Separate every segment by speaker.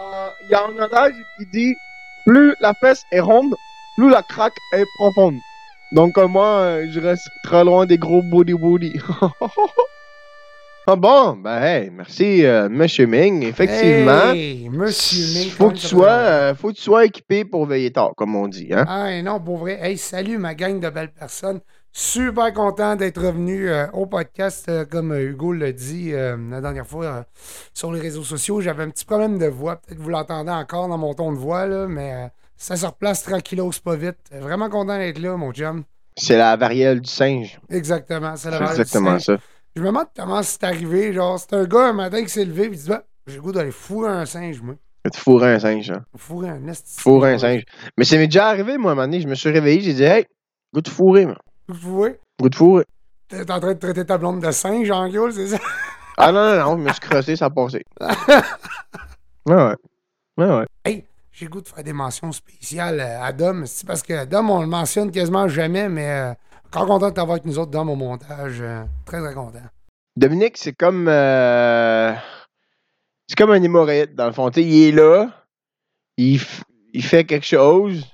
Speaker 1: Euh,
Speaker 2: il y a un adage qui dit plus la fesse est ronde, plus la craque est profonde. Donc euh, moi, euh, je reste très loin des gros booty booty.
Speaker 1: Ah bon, ben hey, merci, euh, Monsieur Ming. Effectivement,
Speaker 3: Hey, monsieur Ming.
Speaker 1: faut
Speaker 3: comment
Speaker 1: que, tu
Speaker 3: ça
Speaker 1: sois,
Speaker 3: va?
Speaker 1: euh, faut que tu sois équipé pour veiller tard, comme on dit. Hein?
Speaker 3: Ah, et non, pour vrai. Hey, salut ma gang de belles personnes. Super content d'être revenu euh, au podcast, euh, comme euh, Hugo l'a dit euh, la dernière fois euh, sur les réseaux sociaux. J'avais un petit problème de voix. Peut-être que vous l'entendez encore dans mon ton de voix, là, mais euh, ça se replace tranquillos, pas vite. Euh, Vraiment content d'être là, mon chum.
Speaker 1: C'est la variole du singe.
Speaker 3: Exactement, c'est la
Speaker 1: C'est
Speaker 3: valeur du
Speaker 1: exactement ça.
Speaker 3: singe. Je me demande comment c'est arrivé. Genre, c'est un gars un matin qui s'est levé et il dit bah, J'ai le goût d'aller fourrer un singe, moi.
Speaker 1: Tu fourrais un singe, hein?
Speaker 3: Fourrer un esti.
Speaker 1: Fourrer un singe. Mais ça m'est déjà arrivé, moi, à un moment donné. Je me suis réveillé, j'ai dit, hey, goût de fourrer, man.
Speaker 3: Vous voyez
Speaker 1: Goût de fourrer.
Speaker 3: T'es en train de traiter ta blonde de singe, en gros, c'est ça
Speaker 1: Ah non, non, non, je me suis crossé, ça a passé. Ouais, ouais. Ouais, ouais.
Speaker 3: J'ai le goût de faire des mentions spéciales euh, à Dom. C'est parce que Dom, on le mentionne quasiment jamais, mais euh, encore content de t'avoir avec nous autres, Dom, au montage. euh, très, très content.
Speaker 1: Dominique, c'est comme. euh, C'est comme un hémorroïde, dans le fond. Tu sais, il est là, il, f- il fait quelque chose,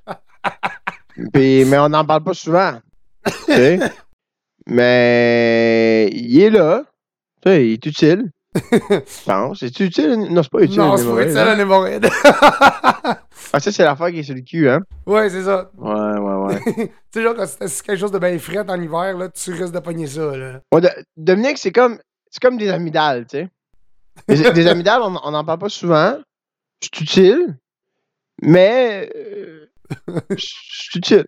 Speaker 1: puis- mais on n'en parle pas souvent. Tu sais? mais il est là, tu sais, il est utile. Je pense. C'est utile? Non, c'est pas utile.
Speaker 3: non,
Speaker 1: un
Speaker 3: c'est pas
Speaker 1: hémorroïde,
Speaker 3: utile,
Speaker 1: hein?
Speaker 3: un hémorroïde.
Speaker 1: Ah, ça, c'est l'affaire qui est sur le cul, hein?
Speaker 3: ouais, c'est ça.
Speaker 1: Ouais, ouais, ouais.
Speaker 3: tu sais, genre, quand c'est quelque chose de bien frais en hiver, là, tu risques de pogner ça, là.
Speaker 1: Bon, Do- Dominique, c'est comme, c'est comme des amygdales, tu sais. Des, des amygdales, on on n'en parle pas souvent. C'est utile, mais euh, c'est utile.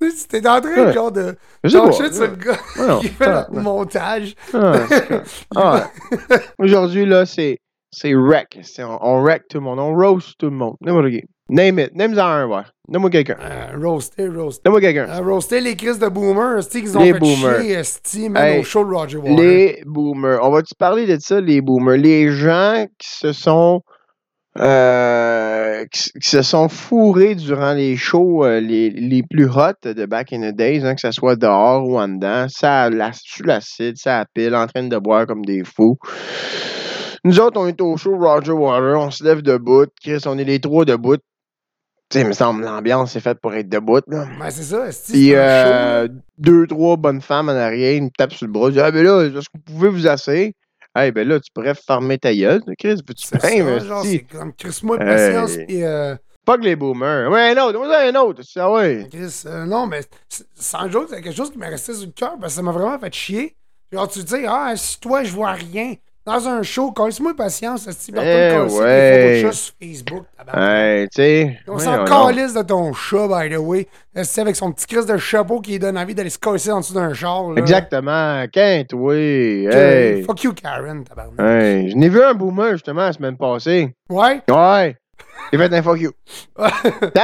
Speaker 3: Tu sais, T'es en train,
Speaker 1: Ouais.
Speaker 3: genre, de
Speaker 1: Je sais pas.
Speaker 3: lâcher sur le gars
Speaker 1: Ouais, non,
Speaker 3: qui fait
Speaker 1: ouais,
Speaker 3: le montage.
Speaker 1: ouais, c'est correct. Ah ouais. Aujourd'hui, là, c'est, c'est wreck. C'est- on, on wreck tout le monde. On roast tout le monde. N'importe qui. Name it. Name-en un, ouais. Nomme-moi quelqu'un.
Speaker 3: Euh, roaster, roaster.
Speaker 1: Nomme-moi quelqu'un.
Speaker 3: Euh, roaster les crises de boomers, cest qu'ils ont
Speaker 1: Les
Speaker 3: fait
Speaker 1: boomers.
Speaker 3: chier, esti, man,
Speaker 1: Hey,
Speaker 3: au show de Roger Waters.
Speaker 1: Les boomers. On va-tu parler de ça, les boomers? Les gens qui se sont euh, qui, s- qui se sont fourrés durant les shows euh, les, les plus hot de Back in the Days, hein, que ce soit dehors ou en dedans, ça a la, sous l'acide, ça a pile, en train de boire comme des fous. Nous autres, on est au show Roger Water, on se lève debout. Chris, on est les trois debout. Tu sais, il me semble, l'ambiance est faite pour être debout. Là.
Speaker 3: Ben, c'est ça, esti,
Speaker 1: Puis
Speaker 3: c'est un show, là.
Speaker 1: euh, deux, trois bonnes femmes en arrière, ils me tapent sur le bras. Je dis, ah, ben là, est-ce que vous pouvez vous asseoir? Ah, ben là, tu pourrais fermer ta gueule, Chris. Peux-tu
Speaker 3: C'est
Speaker 1: bien,
Speaker 3: ça,
Speaker 1: mais
Speaker 3: genre,
Speaker 1: si,
Speaker 3: c'est comme Chris-moi patience,
Speaker 1: ben, Hey.
Speaker 3: puis euh,
Speaker 1: pas que les boomers. Ouais, un autre, ouais, un autre. Ah ouais.
Speaker 3: Chris, euh, non, mais c- sans joke, c'est quelque chose qui m'est resté sur le cœur, parce que ça m'a vraiment fait chier. Genre, tu dis, ah, si toi, je vois rien. Dans un show, casse-moi patience, ça se
Speaker 1: Eh ouais.
Speaker 3: sur Facebook. tabarnak.
Speaker 1: Ouais, tu sais.
Speaker 3: On
Speaker 1: voyons
Speaker 3: s'en
Speaker 1: donc.
Speaker 3: calisse de ton chat, by the way. C'est avec son petit Chris de chapeau qui lui donne envie d'aller se casser en dessous d'un char. Là.
Speaker 1: Exactement. Quinte, oui.
Speaker 3: Que-
Speaker 1: Hey.
Speaker 3: Fuck you, Karen, tabarnak.
Speaker 1: Hey. Je n'ai vu un boomer, justement, la semaine passée.
Speaker 3: Ouais?
Speaker 1: Ouais. J'ai fait un fuck you.
Speaker 3: Ouais.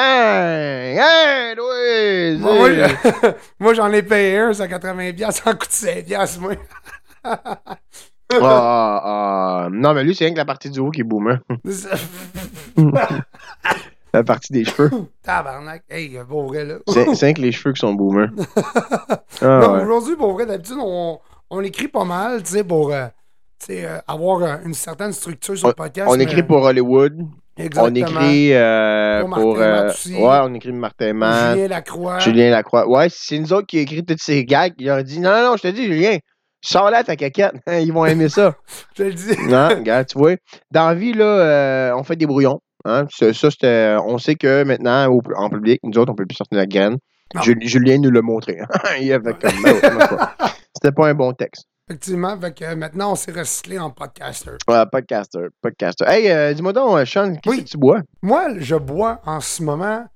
Speaker 1: Dang! Hey, oui!
Speaker 3: Moi, moi, je- moi, j'en ai payé un, ça 80$, ça en coûte 5$, moi.
Speaker 1: Ah, ah, ah. Non, mais lui, c'est rien que la partie du haut qui est boomer. La partie des cheveux.
Speaker 3: Tabarnak. Hey, euh, pour vrai, là.
Speaker 1: C'est c'est rien que les cheveux qui sont boomers.
Speaker 3: Non,
Speaker 1: Ah, ouais.
Speaker 3: Aujourd'hui, pour vrai, d'habitude, on, on écrit pas mal, tu sais, pour euh, tu sais, euh, avoir euh, une certaine structure sur le podcast.
Speaker 1: On
Speaker 3: mais-
Speaker 1: écrit pour Hollywood. On
Speaker 3: Exactement.
Speaker 1: écrit euh,
Speaker 3: Pour Martin
Speaker 1: pour. euh,
Speaker 3: Matt aussi.
Speaker 1: ouais, on écrit Martin Matt,
Speaker 3: Julien Lacroix.
Speaker 1: Julien Lacroix. Ouais, c'est nous autres qui écrit toutes ces gags. Il leur dit Non, non, je te dis, Julien, sors là ta caquette. Ils vont aimer ça.
Speaker 3: Je le dis.
Speaker 1: non, regarde, tu vois. Dans la vie, là, euh, on fait des brouillons. hein. Ça, ça, c'était- on sait que maintenant, au- en public, nous autres, on peut plus sortir la graine.
Speaker 3: Non.
Speaker 1: Ju- Julien nous l'a montré. Il avait comme. ben, Non, non, non. C'était pas un bon texte.
Speaker 3: Effectivement, fait que, euh, maintenant, on s'est recyclé en podcaster.
Speaker 1: Ouais, podcaster, podcaster. Hey, euh, dis-moi donc, euh, Sean, qu'est-ce
Speaker 3: Oui.
Speaker 1: que tu bois?
Speaker 3: Moi, je bois en ce moment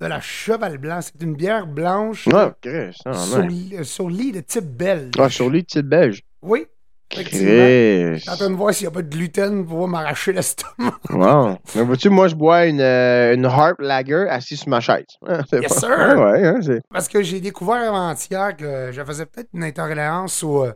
Speaker 3: de la Cheval Blanc. C'est une bière blanche
Speaker 1: Non, Ah, Chris, non,
Speaker 3: sur,
Speaker 1: non.
Speaker 3: li- euh, sur lit de type belge.
Speaker 1: Ah, sur lui, petite belge.
Speaker 3: Oui. Effectivement.
Speaker 1: Chris.
Speaker 3: Je suis en train de voir s'il n'y a pas de gluten pour pouvoir m'arracher l'estomac.
Speaker 1: Wow. Mais vois-tu, moi, je bois une, euh, une Harp Lager assise sur ma chaise. Hein, c'est
Speaker 3: Yes,
Speaker 1: pas-
Speaker 3: sir.
Speaker 1: Ah, ouais, hein, c'est...
Speaker 3: Parce que j'ai découvert avant-hier que je faisais peut-être une intolérance au. euh,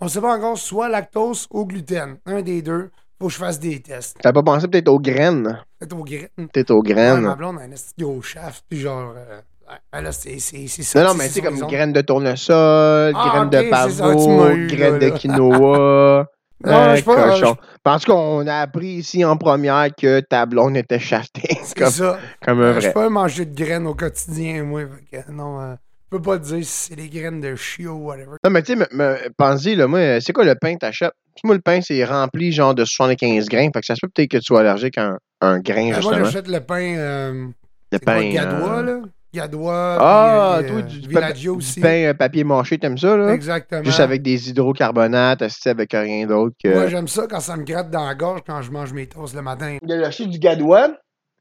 Speaker 3: on ne sait pas encore, soit lactose ou gluten. Un des deux. Faut que je fasse des tests.
Speaker 1: T'as pas pensé peut-être aux graines?
Speaker 3: Peut-être au grain.
Speaker 1: Peut-être aux
Speaker 3: Ouais,
Speaker 1: graines.
Speaker 3: ma blonde a un esti gros shaft. Puis genre. euh, ouais, ben là, c'est c'est- c'est ça.
Speaker 1: non, non, mais tu sais,
Speaker 3: sur
Speaker 1: comme
Speaker 3: les ondes.
Speaker 1: graines de tournesol,
Speaker 3: Ah,
Speaker 1: graines
Speaker 3: ok,
Speaker 1: de
Speaker 3: c'est ça, tu
Speaker 1: pavot,
Speaker 3: m'as eu,
Speaker 1: graines
Speaker 3: là,
Speaker 1: de
Speaker 3: là.
Speaker 1: quinoa. Euh,
Speaker 3: Non, je sais pas,
Speaker 1: cochon. Parce qu'on a appris ici en première que ta blonde était châtaigne,
Speaker 3: C'est
Speaker 1: comme,
Speaker 3: ça. Euh,
Speaker 1: comme un
Speaker 3: Je
Speaker 1: vrai.
Speaker 3: peux pas manger de graines au quotidien, moi. fait que non, euh, je peux pas te dire si c'est des graines de chiot ou whatever.
Speaker 1: Non, mais tu sais, me- me- pensez, là, moi, euh, c'est quoi le pain que t'achètes? Puis Moi, le pain, c'est rempli genre de 75 grains. Fait que ça se peut peut-être que tu sois allergique à un, un grain,
Speaker 3: Ah, moi,
Speaker 1: justement.
Speaker 3: j'achète le pain. Euh,
Speaker 1: le
Speaker 3: c'est quoi,
Speaker 1: pain.
Speaker 3: Gadois,
Speaker 1: euh,
Speaker 3: là. Gadois.
Speaker 1: Ah,
Speaker 3: puis, euh,
Speaker 1: toi,
Speaker 3: euh,
Speaker 1: du, du pain,
Speaker 3: Villaggio
Speaker 1: du
Speaker 3: aussi.
Speaker 1: pain, euh, papier mâché, t'aimes ça, là?
Speaker 3: Exactement.
Speaker 1: Juste avec euh, des hydrocarbonates, assis avec rien d'autre que.
Speaker 3: Moi, j'aime ça quand ça me gratte dans la gorge quand je mange mes toasts le matin.
Speaker 1: Il a lâché du gadois.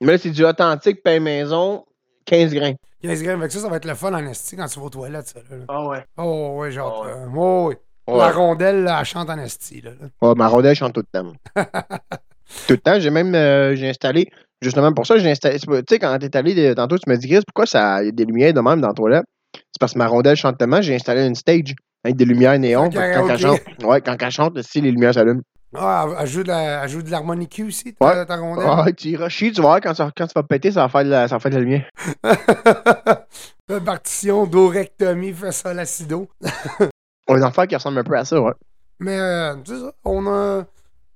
Speaker 1: Mais là, c'est du authentique pain maison, 15 grains.
Speaker 3: 15 graines avec ça, ça va être le fun en esti quand tu vas aux toilettes, ça. Là.
Speaker 1: Ah ouais.
Speaker 3: Oh, ouais, genre.
Speaker 1: Ah ouais.
Speaker 3: euh, oh, ouais. La
Speaker 1: Ouais,
Speaker 3: rondelle, là, elle chante en esti, là. là.
Speaker 1: ouais ma rondelle chante Oh, tout le temps. tout le temps, j'ai même euh, j'ai installé, justement pour ça, j'ai installé. c'est pas- Tu sais, quand t'es allé de- tantôt, tu m'as dit, Chris, pourquoi ça il y a des lumières de même dans toi là? C'est parce que ma rondelle chante tellement, j'ai installé une stage avec des lumières néons.
Speaker 3: Ok,
Speaker 1: fait que quand elle
Speaker 3: ok.
Speaker 1: chante, ouais, quand elle chante, si les lumières s'allument.
Speaker 3: Ah, elle- elle joue de la- elle joue de l'harmonie aussi, ta,
Speaker 1: Ouais.
Speaker 3: ta rondelle.
Speaker 1: Ah, tu iras chier, tu vas voir, quand ça, quand ça va péter, ça va faire de la, ça va faire de la lumière.
Speaker 3: Répartition, dorectomie, fessol acido.
Speaker 1: Un enfant qui ressemble un peu à ça, ouais.
Speaker 3: Mais euh, c'est ça, on a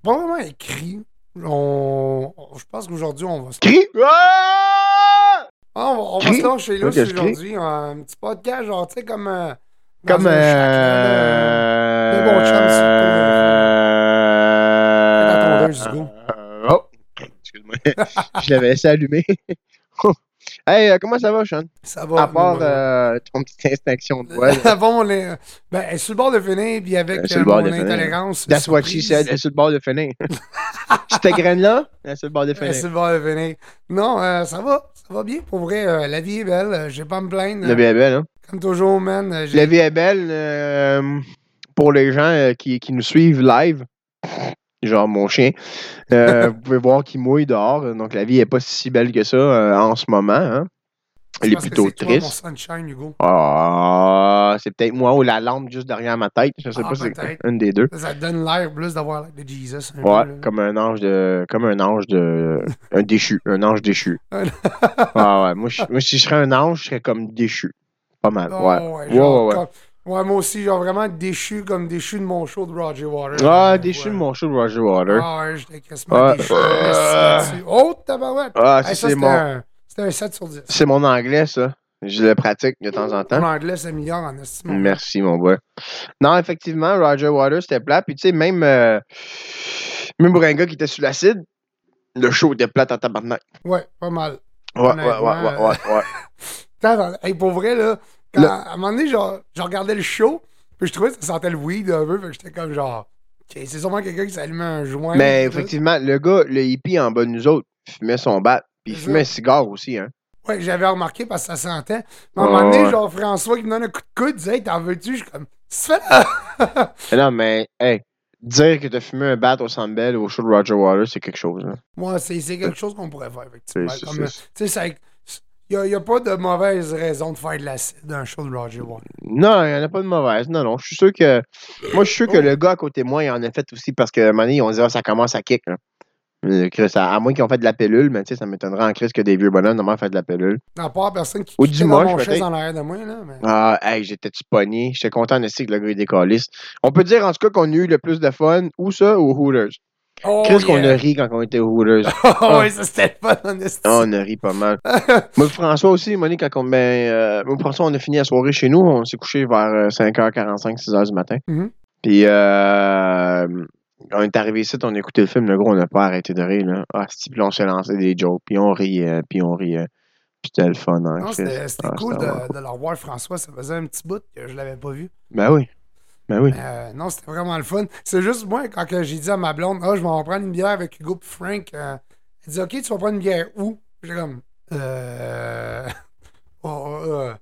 Speaker 3: pas vraiment écrit. On... on- Je pense qu'aujourd'hui, on va se...
Speaker 1: Crie! Ah!
Speaker 3: Ah, on va, on va
Speaker 1: Crie.
Speaker 3: se lâcher là
Speaker 1: Oui, que je crie.
Speaker 3: aujourd'hui. Un petit podcast, genre, tu sais, comme... euh, dans
Speaker 1: Comme.
Speaker 3: un chac, là,
Speaker 1: euh,
Speaker 3: des bons chums sur le
Speaker 1: euh,
Speaker 3: Fais ta tondeuse, Hugo.
Speaker 1: euh, Oh! Excuse-moi. Je l'avais laissé allumer. hey, euh, comment ça va, Sean?
Speaker 3: Ça va.
Speaker 1: à part
Speaker 3: nous, euh,
Speaker 1: euh, ton petite extinction de voix. là.
Speaker 3: bon, on est... Ben, elle est sur le bord de finir, puis avec
Speaker 1: Elle est sur
Speaker 3: euh,
Speaker 1: le
Speaker 3: mon
Speaker 1: bord de finir.
Speaker 3: intolérance.
Speaker 1: That's what she
Speaker 3: surprise,
Speaker 1: said. Elle est sur le bord de finir. Cette graine-là, elle est sur le bord de
Speaker 3: Elle est
Speaker 1: finir.
Speaker 3: sur le bord de finir. Non, euh, ça va. Ça va bien. Pour vrai, euh, la vie est belle. euh, J'ai pas à me plaindre.
Speaker 1: La vie est belle, hein?
Speaker 3: Comme toujours, man. euh, j'ai-
Speaker 1: La vie est belle euh, pour les gens euh, qui, qui nous suivent live. Genre mon chien. Euh, vous pouvez voir qu'il mouille dehors. Donc la vie est pas si belle que ça euh, en ce moment. hein. Elle
Speaker 3: Je
Speaker 1: est
Speaker 3: pense que
Speaker 1: plutôt
Speaker 3: c'est toi, mon
Speaker 1: triste.
Speaker 3: sunshine, Hugo.
Speaker 1: Ah, c'est peut-être moi ou la lampe juste derrière ma tête. Je sais
Speaker 3: Ah,
Speaker 1: pas si c'est
Speaker 3: peut-être.
Speaker 1: une des deux.
Speaker 3: Ça te donne l'air plus d'avoir l'air de Jesus. un
Speaker 1: Ouais,
Speaker 3: peu, là.
Speaker 1: comme un ange de. Comme un ange de. Un déchu. Un ange déchu. Ah ouais, moi, je- moi, si je serais un ange, je serais comme déchu. Pas mal.
Speaker 3: Oh,
Speaker 1: Ouais.
Speaker 3: ouais, genre,
Speaker 1: ouais, ouais.
Speaker 3: comme- ouais, moi aussi, genre vraiment déchu comme déchu de mon show de Roger Waters.
Speaker 1: Ah, déchu de mon show de Roger Water.
Speaker 3: Ah, ouais, j'étais quasiment
Speaker 1: Ouais.
Speaker 3: déchu. là-dessus. Oh, tabarouette!
Speaker 1: Ah, ça,
Speaker 3: Hey, ça,
Speaker 1: c'est
Speaker 3: c'était
Speaker 1: mon,
Speaker 3: un, c'était un 7 sur 10.
Speaker 1: c'est mon anglais, ça. Je le pratique de temps en
Speaker 3: En
Speaker 1: temps.
Speaker 3: anglais, ça améliore en estime.
Speaker 1: Merci, mon boy. Non, effectivement, Roger Waters, c'était plat. Puis, tu sais, même, euh, même pour un gars qui était sous l'acide, le show était plat en tabarnak.
Speaker 3: Ouais, pas mal.
Speaker 1: Ouais, ouais, ouais, ouais, ouais, ouais.
Speaker 3: Putain, attends, hey, pour vrai, là, quand-
Speaker 1: Le-
Speaker 3: à un moment donné, genre, je regardais le show, puis je trouvais que ça sentait le weed un peu, fait que j'étais comme genre, OK, c'est sûrement quelqu'un qui s'allumait un joint.
Speaker 1: Mais
Speaker 3: tout euh, ça.
Speaker 1: effectivement, le gars, le hippie en bas de nous autres, fumait son bat. Puis, il
Speaker 3: C'est
Speaker 1: fumait
Speaker 3: ça.
Speaker 1: un cigare aussi, hein.
Speaker 3: Ouais, j'avais remarqué parce que ça sentait. Mais à un
Speaker 1: Ouais,
Speaker 3: moment donné,
Speaker 1: ouais.
Speaker 3: genre, François qui me donne un coup de coude, disait, hey, t'en veux-tu? Je suis comme, c'est fait là!
Speaker 1: Mais non, mais, hey, dire que t'as fumé un bat au Sambel ou au show de Roger Waters, c'est quelque chose, hein. là.
Speaker 3: Moi, c'est c'est quelque chose qu'on pourrait faire,
Speaker 1: C'est-
Speaker 3: effectivement.
Speaker 1: c'est-
Speaker 3: Comme,
Speaker 1: c'est-
Speaker 3: Tu sais, ça- y a, y a pas de mauvaise raison de faire de l'acide dans un show de Roger Waters.
Speaker 1: Non, il n'y en a pas de mauvaise. Non, non. Je suis sûr que. Moi, je suis sûr
Speaker 3: Oh.
Speaker 1: que le gars à côté de moi, il en a fait aussi parce que à un moment donné, on dit, Ah, ça commence à kick. Là. Euh, Chris, à, à moins qu'ils ont fait de la pellule, mais tu sais, ça m'étonnerait en crise que des vieux bonhommes normalement fait de la pellule.
Speaker 3: Dans part personne qui
Speaker 1: Ou
Speaker 3: kickait dans
Speaker 1: dimanche,
Speaker 3: mon chaise
Speaker 1: peut-être.
Speaker 3: en arrière de moi, là. Mais...
Speaker 1: Ah, hey, j'étais-tu pogné? J'étais content de que le gars est décaliste. On peut dire en tout cas qu'on a eu le plus de fun, ou ça, ou Hooters.
Speaker 3: Oh,
Speaker 1: Chris, qu'on a
Speaker 3: yeah.
Speaker 1: ri quand on était aux Hooters.
Speaker 3: Oh, ouais, ça, c'était pas honnête.
Speaker 1: Ah, on a ri pas mal. Moi, François aussi, Monique, quand on. Ben, euh, moi, François, on a fini la soirée chez nous. On s'est couché vers euh, 5h45, 6h du matin.
Speaker 3: Mhm.
Speaker 1: Puis, euh, on est arrivé ici, on a écouté le film. Le gros, on n'a pas arrêté de rire. Là. Ah, si, puis là, on s'est lancé des jokes. Puis, on riait. Puis, on riait. Puis, c'était le fun. hein,
Speaker 3: Non,
Speaker 1: Chris.
Speaker 3: c'était c'était
Speaker 1: Ah,
Speaker 3: cool
Speaker 1: c'était vraiment
Speaker 3: de, de le revoir, François. Ça faisait un petit bout que je l'avais pas vu.
Speaker 1: Ben oui. Ben oui.
Speaker 3: Mais, euh, non, c'était vraiment le fun. C'est juste moi, quand que j'ai dit à ma blonde, ah, je vais en prendre une bière avec Hugo et Frank, euh, elle dit, OK, tu vas prendre une bière où? J'ai comme, euh. au- euh,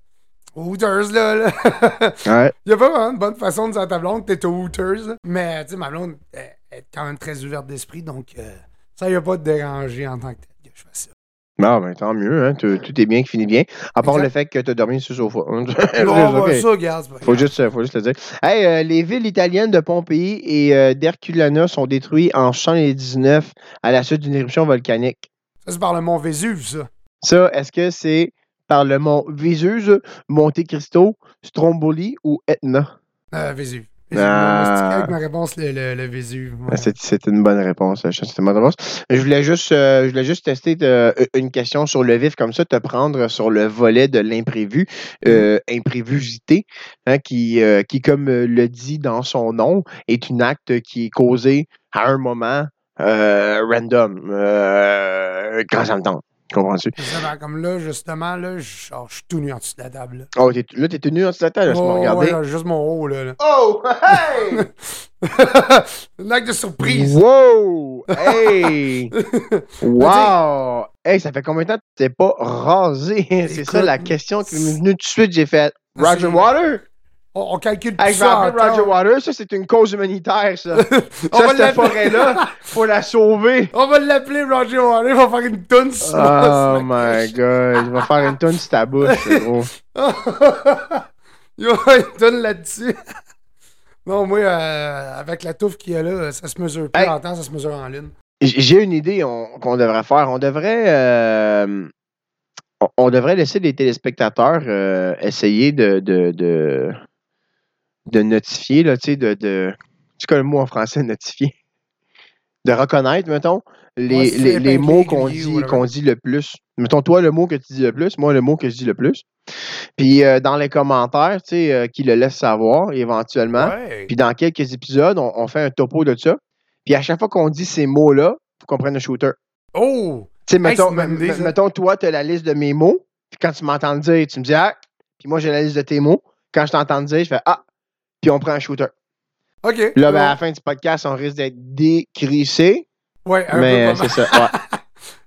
Speaker 3: Au Hooters, là. là.
Speaker 1: Ouais.
Speaker 3: Il y a pas vraiment une bonne façon de dire à ta blonde, t'es au Hooters. là. Mais, tu sais, ma blonde elle- elle est quand même très ouverte d'esprit, donc euh, ça, il a pas de déranger en tant que tel que je fasse ça.
Speaker 1: Bon, ben, tant mieux. Hein. Tout, tout est bien qui finit bien. À part
Speaker 3: Exact.
Speaker 1: le fait que tu as dormi sur le sofa.
Speaker 3: Non,
Speaker 1: Eh, Ok.
Speaker 3: bah, ça, regarde, c'est pas
Speaker 1: Faut
Speaker 3: grave.
Speaker 1: juste, faut juste le dire. Hey, euh, les villes italiennes de Pompéi et euh, d'Herculano sont détruites en 79 à la suite d'une éruption volcanique.
Speaker 3: Ça, c'est par le Mont Vésuve, ça.
Speaker 1: Ça, est-ce que c'est par le mont Vésuve, Monte Cristo, Stromboli ou Etna?
Speaker 3: Euh, Vésuve. Vésuve,
Speaker 1: Ah.
Speaker 3: moi, moi, c'est avec ma réponse, le, le, le Vésuve. ouais.
Speaker 1: Ah, C'est c'est une bonne réponse. je pense que C'est une bonne réponse. Je voulais juste, euh, je voulais juste tester euh, une question sur le vif comme ça, te prendre sur le volet de l'imprévu, euh,
Speaker 3: Mm.
Speaker 1: imprévusité, hein, qui, euh, qui, comme euh, le dit dans son nom, est un acte qui est causé à un moment euh, random, euh, quand ça me tente. Comprends-tu?
Speaker 3: C'est ça, ben, comme là, justement, là, je genre, je suis tout nu en dessous de la table. Là,
Speaker 1: Oh, t'es- là, t'es tenu en dessous de la table, laisse-moi
Speaker 3: Oh,
Speaker 1: regarder.
Speaker 3: ouais, là, juste mon haut, là. là.
Speaker 1: Oh! Hey!
Speaker 3: Un acte de surprise.
Speaker 1: Wow! Hey! wow! Hey, ça fait combien de temps que tu t'es pas rasé? C'est
Speaker 3: Écoute,
Speaker 1: ça la question qui m'est venue tout de suite. J'ai fait Roger
Speaker 3: C'est-
Speaker 1: Water?
Speaker 3: On, on calcule tout
Speaker 1: Hey, je vais
Speaker 3: ça.
Speaker 1: appeler
Speaker 3: en
Speaker 1: Roger
Speaker 3: temps.
Speaker 1: Water. Ça, c'est une cause humanitaire, ça.
Speaker 3: On
Speaker 1: ça,
Speaker 3: va
Speaker 1: cette
Speaker 3: l'appeler-
Speaker 1: forêt-là, faut la sauver.
Speaker 3: On va l'appeler Roger Water. Il va faire une tonne sur
Speaker 1: Oh
Speaker 3: sur la
Speaker 1: my god, il va faire une tonne sur ta bouche, gros.
Speaker 3: Il va une tonne là-dessus. Non, moi, euh, avec la touffe qu'il y a là, ça se mesure pas
Speaker 1: Hey.
Speaker 3: en temps, ça se mesure en lune.
Speaker 1: J- J'ai une idée on- qu'on devrait faire. On devrait, euh, on, on devrait laisser les téléspectateurs euh, essayer de, de, de, de notifier, là, tu sais, de, de. C'est quoi le mot en français, notifier? De reconnaître, mettons, les,
Speaker 3: Ouais, si tu
Speaker 1: les-
Speaker 3: l'as
Speaker 1: les
Speaker 3: épinglé,
Speaker 1: mots qu'on
Speaker 3: aiguillé
Speaker 1: dit,
Speaker 3: ou whatever.
Speaker 1: qu'on dit le plus. Mettons, toi, le mot que tu dis le plus, moi, le mot que je dis le plus. Puis euh, dans les commentaires, tu sais, euh, qui le laisse savoir éventuellement.
Speaker 3: Ouais.
Speaker 1: Hein? Puis dans quelques épisodes, on, on fait un topo de ça. Puis à chaque fois qu'on dit ces mots-là, faut qu'on prenne le shooter.
Speaker 3: Oh!
Speaker 1: Tu sais, mettons,
Speaker 3: c'est une bonne
Speaker 1: m-
Speaker 3: idée,
Speaker 1: m-
Speaker 3: ça.
Speaker 1: mettons, toi, tu as la liste de mes mots. Puis quand tu m'entends le dire, tu me dis Ah. Puis moi, j'ai la liste de tes mots. Quand je t'entends le dire, je fais Ah. Puis on prend un shooter.
Speaker 3: OK.
Speaker 1: Puis là, ben, à la fin du podcast, on risque d'être décrissé.
Speaker 3: ouais, un
Speaker 1: Mais euh,
Speaker 3: peu, pas
Speaker 1: c'est ça. ouais.
Speaker 3: mal.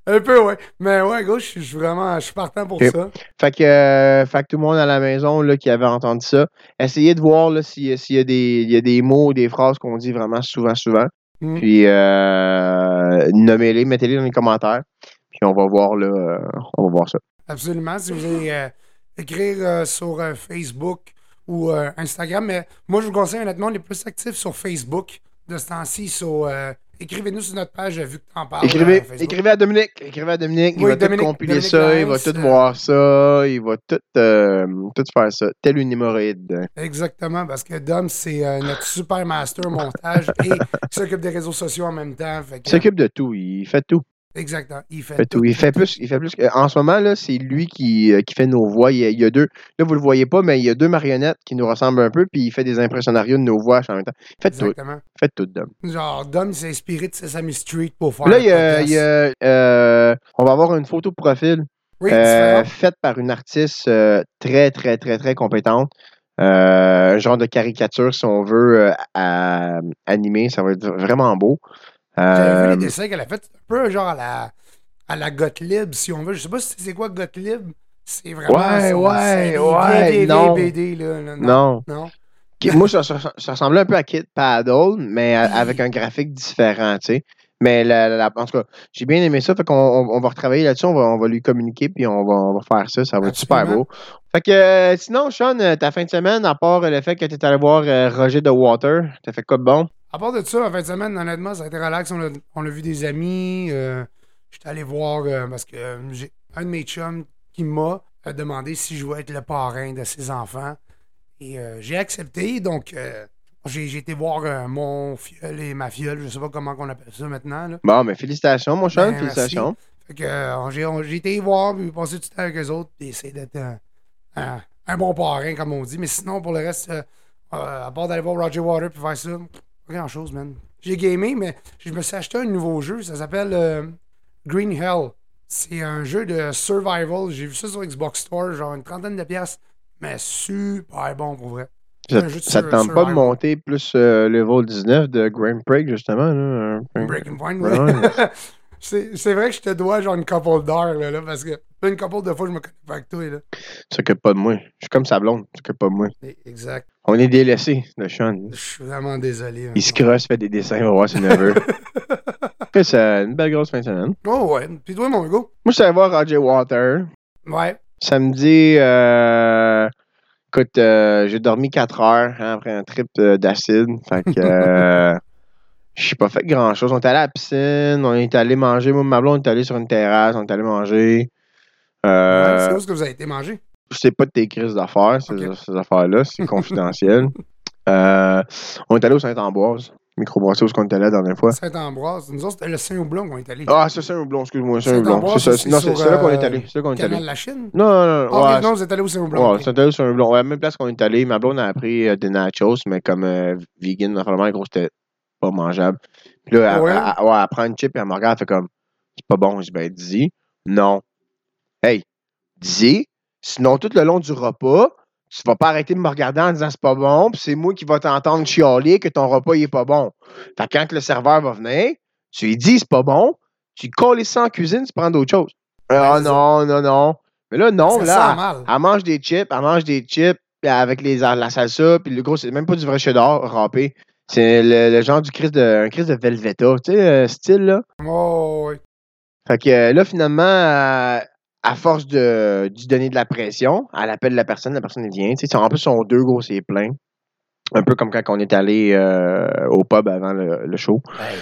Speaker 3: Un peu, ouais. Mais ouais, gauche, je suis- je suis vraiment, je suis partant pour
Speaker 1: Ok.
Speaker 3: ça.
Speaker 1: Fait, que, euh, fait que tout le monde à la maison là, qui avait entendu ça, essayez de voir là, si- s'il y, a des- il y a des mots ou des phrases qu'on dit vraiment souvent, souvent.
Speaker 3: Mm.
Speaker 1: Puis euh, nommez-les, mettez-les dans les commentaires. Puis on va voir là, euh, on va voir ça.
Speaker 3: Absolument. Si vous voulez euh, écrire euh, sur euh, Facebook ou euh, Instagram, mais moi, je vous conseille honnêtement, on est plus actifs sur Facebook de ce temps-ci. So, euh, Écrivez-nous sur notre page euh, vu que t'en parles. euh,
Speaker 1: écrivez,
Speaker 3: Facebook.
Speaker 1: écrivez à Dominique, écrivez à Dominique, il
Speaker 3: Oui,
Speaker 1: va
Speaker 3: Dominique-
Speaker 1: tout compiler
Speaker 3: Dominique
Speaker 1: ça, il va
Speaker 3: Lawrence,
Speaker 1: tout
Speaker 3: euh,
Speaker 1: voir ça, il va tout, euh, tout faire ça, tel une hémorroïde.
Speaker 3: Exactement, parce que Dom, c'est euh, notre super master montage et il s'occupe des réseaux sociaux en même temps. Fait
Speaker 1: Il
Speaker 3: que,
Speaker 1: s'occupe de tout, il fait tout,
Speaker 3: exactement. Il fait,
Speaker 1: il fait tout, il fait plus, il fait plus. que- En ce moment là, c'est lui qui, euh, qui fait nos voix. Il y, a, il y a deux, là vous le voyez pas, mais il y a deux marionnettes qui nous ressemblent un peu, puis il fait des impressionnarios de nos voix en même temps. Il fait tout,
Speaker 3: Exactement.
Speaker 1: il fait tout, Dom.
Speaker 3: Genre, Dom, il s'est inspiré de Sesame Street pour faire.
Speaker 1: Là,
Speaker 3: le
Speaker 1: il y a-
Speaker 3: podcast.
Speaker 1: il y a, euh, on va avoir une photo de profil
Speaker 3: Oui,
Speaker 1: euh,
Speaker 3: différent.
Speaker 1: faite par une artiste euh, très, très, très, très compétente. Euh, un genre de caricature, si on veut, euh, à, animer. Ça va être vraiment beau.
Speaker 3: J'avais
Speaker 1: Euh,
Speaker 3: vu les dessins qu'elle a fait, un peu genre à la, à la Gottlieb, si on veut. Je sais pas si c'est quoi Gottlieb. C'est vraiment.
Speaker 1: Ouais,
Speaker 3: c'est-
Speaker 1: ouais,
Speaker 3: c'est des
Speaker 1: ouais,
Speaker 3: vieilles, vieilles,
Speaker 1: non.
Speaker 3: vieilles BD, là, là, non.
Speaker 1: non.
Speaker 3: Non.
Speaker 1: Qui- Moi, ça, ça- ça ressemblait un peu à Kid Paddle, mais a- avec un graphique différent, tu sais. Mais la, la- la- en tout cas, j'ai bien aimé ça. Fait qu'on on, on va retravailler là-dessus, on va, on va lui communiquer, puis on va, on va faire ça. Ça va être super
Speaker 3: Absolument.
Speaker 1: beau. Fait que euh, sinon, Sean, euh, ta fin de semaine, à part euh, le fait que tu es allé voir euh, Roger de Water, t'as fait quoi de bon?
Speaker 3: À part de ça, en fin de semaine, honnêtement, ça a été relax. On a, on a vu des amis. euh, J'étais allé voir euh, parce que euh, j'ai un de mes chums qui m'a euh, demandé si je voulais être le parrain de ses enfants. Et euh, j'ai accepté. Donc, euh, j'ai j'ai été voir euh, mon fiole et ma fiole. Je sais pas comment on appelle ça maintenant. Là.
Speaker 1: Bon, mais félicitations, mon Sean,
Speaker 3: Ben,
Speaker 1: félicitations.
Speaker 3: Fait que euh, on- j'ai on- j'ai été voir, puis passé du temps avec eux autres, puis essayer d'être un, un- un bon parrain, comme on dit. Mais sinon, pour le reste, euh, euh, à part d'aller voir Roger Water puis faire ça, pas grand chose, man. J'ai gamé, mais je me suis acheté un nouveau jeu, ça s'appelle euh, Green Hell. C'est un jeu de survival. J'ai vu ça sur Xbox Store, genre une trentaine de pièces, mais super bon pour vrai.
Speaker 1: Ça,
Speaker 3: un jeu de euh,
Speaker 1: ça te tente pas de
Speaker 3: survival.
Speaker 1: monter plus euh, le vol 19 de Grand Prix, justement. Là, un-
Speaker 3: Breaking Point,
Speaker 1: Ouais,
Speaker 3: ouais. C'est c'est vrai que je te dois genre une couple d'heures, là, là, parce que là, une couple de fois, je me connecte avec toi, là.
Speaker 1: Tu t'occupes pas de moi. Je suis comme sa blonde, tu t'occupes pas de moi.
Speaker 3: Exact.
Speaker 1: On est délaissés de Sean.
Speaker 3: Je suis vraiment désolé. hein,
Speaker 1: Il se crosse, fait des dessins, on va voir ses neveux. Que ça, une belle grosse fin de semaine.
Speaker 3: Oh ouais. Puis toi, mon Hugo?
Speaker 1: Moi, je suis allé voir Roger Water.
Speaker 3: Ouais.
Speaker 1: Samedi, euh, écoute, euh, j'ai dormi 4 heures hein, après un trip euh, d'acide. Fait que euh, je n'ai pas fait grand-chose. On est allé à la piscine, on est allé manger. Moi, et ma blonde, on est allé sur une terrasse, on est allé manger.
Speaker 3: Ouais,
Speaker 1: Euh,
Speaker 3: C'est où ce que vous avez été manger?
Speaker 1: je sais pas de tes crises d'affaires, ces,
Speaker 3: Ok.
Speaker 1: ces affaires-là, c'est confidentiel. Euh, on est allé au Saint-Ambroise, microbrasserie où on était allé la dernière fois.
Speaker 3: Saint-Ambroise. Nous autres, c'était le Saint-Houblon qu'on est allé.
Speaker 1: Ah, c'est Saint-Houblon, excuse-moi, Saint-Houblon.
Speaker 3: Saint-Ambroise,
Speaker 1: C'est ça,
Speaker 3: c'est
Speaker 1: non,
Speaker 3: sur,
Speaker 1: c'est c'est là qu'on est
Speaker 3: euh,
Speaker 1: allé. C'est là qu'on est
Speaker 3: Canal
Speaker 1: allé.
Speaker 3: de la Chine.
Speaker 1: Non, non, non.
Speaker 3: Ah,
Speaker 1: ouais,
Speaker 3: ok, non, vous êtes allé au Saint-Houblon.
Speaker 1: Ouais,
Speaker 3: ok.
Speaker 1: c'est allé sur un blond. Ouais, même place qu'on est allé. Ma blonde a pris euh, des nachos, mais comme euh, vegan, normalement, gros, c'était pas mangeable. Puis là, elle,
Speaker 3: Ah Ouais.
Speaker 1: elle- elle- ouais, elle prend une chip et elle me regarde, elle fait comme, c'est pas bon. Je dis, ben, dis non. Hey, dis sinon, tout le long du repas, tu vas pas arrêter de me regarder en disant c'est pas bon, puis c'est moi qui va t'entendre chialer que ton repas, il est pas bon. Fait que quand le serveur va venir, tu lui dis c'est pas bon, tu colles ça en cuisine, tu prends d'autres choses. Ah
Speaker 3: c'est ça.
Speaker 1: non, non, non. Mais là, non,
Speaker 3: Ça
Speaker 1: là.
Speaker 3: sent mal.
Speaker 1: Elle mange des chips, elle mange des chips puis avec les, la salsa, puis le gros, c'est même pas du vrai cheddar râpé. C'est le, le genre du Chris de, un Chris de Velveta, tu sais, euh, style, là.
Speaker 3: Oh, oui.
Speaker 1: Fait que euh, là, finalement, euh, à force de, d'y donner de la pression, elle appelle la personne, la personne elle vient. tu sais. Ils sont- En plus, ils sont deux gros, c'est plein. Un peu comme quand on est allé euh, au pub avant le, le show.
Speaker 3: Hey,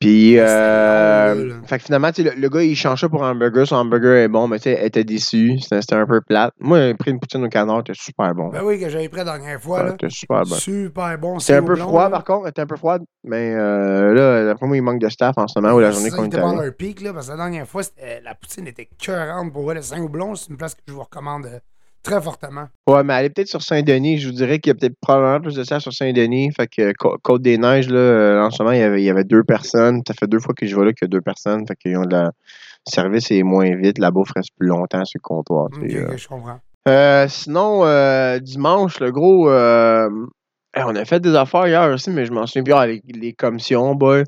Speaker 1: Puis,
Speaker 3: c'était
Speaker 1: euh,
Speaker 3: long, là, là.
Speaker 1: fait que finalement, tu sais, le, le gars, il change ça pour un burger. Son hamburger est bon, mais tu sais, elle était déçu. C'était c'était un peu plate. Moi, j'ai pris une poutine au canard, c'était super bon.
Speaker 3: Ben oui, que j'avais pris la dernière fois.
Speaker 1: Ouais,
Speaker 3: là.
Speaker 1: C'était super bon.
Speaker 3: Super bon.
Speaker 1: C'était un peu
Speaker 3: Saint-Houblon,
Speaker 1: froid,
Speaker 3: là.
Speaker 1: par contre. C'était un peu froid. Mais euh, là, d'après moi, il manque de staff en ce moment ou Ah la
Speaker 3: C'est
Speaker 1: journée
Speaker 3: ça,
Speaker 1: qu'on
Speaker 3: ils
Speaker 1: est
Speaker 3: étaient pas à
Speaker 1: allé.
Speaker 3: leur pic, là, parce que la dernière fois, c'était- euh, la poutine était cœurante pour eux. Le Saint-Houblon, c'est une place que je vous recommande euh, très fortement.
Speaker 1: Ouais, mais aller peut-être sur Saint-Denis, je vous dirais qu'il y a peut-être probablement plus de staff sur Saint-Denis. Fait que Cô- Côte-des-Neiges, là, euh, en ce moment, il y, avait, il y avait deux personnes. Ça fait deux fois que je vois là qu'il y a deux personnes. Fait qu'ils ont de la. Le service est moins vite. La bouffe reste plus longtemps sur le comptoir. tu
Speaker 3: Ok,
Speaker 1: sais, euh.
Speaker 3: ok, je comprends.
Speaker 1: Euh, sinon, euh, dimanche, le gros. euh, hey, on a fait des affaires hier aussi, mais je m'en souviens plus. Ah, les, les commissions, boy.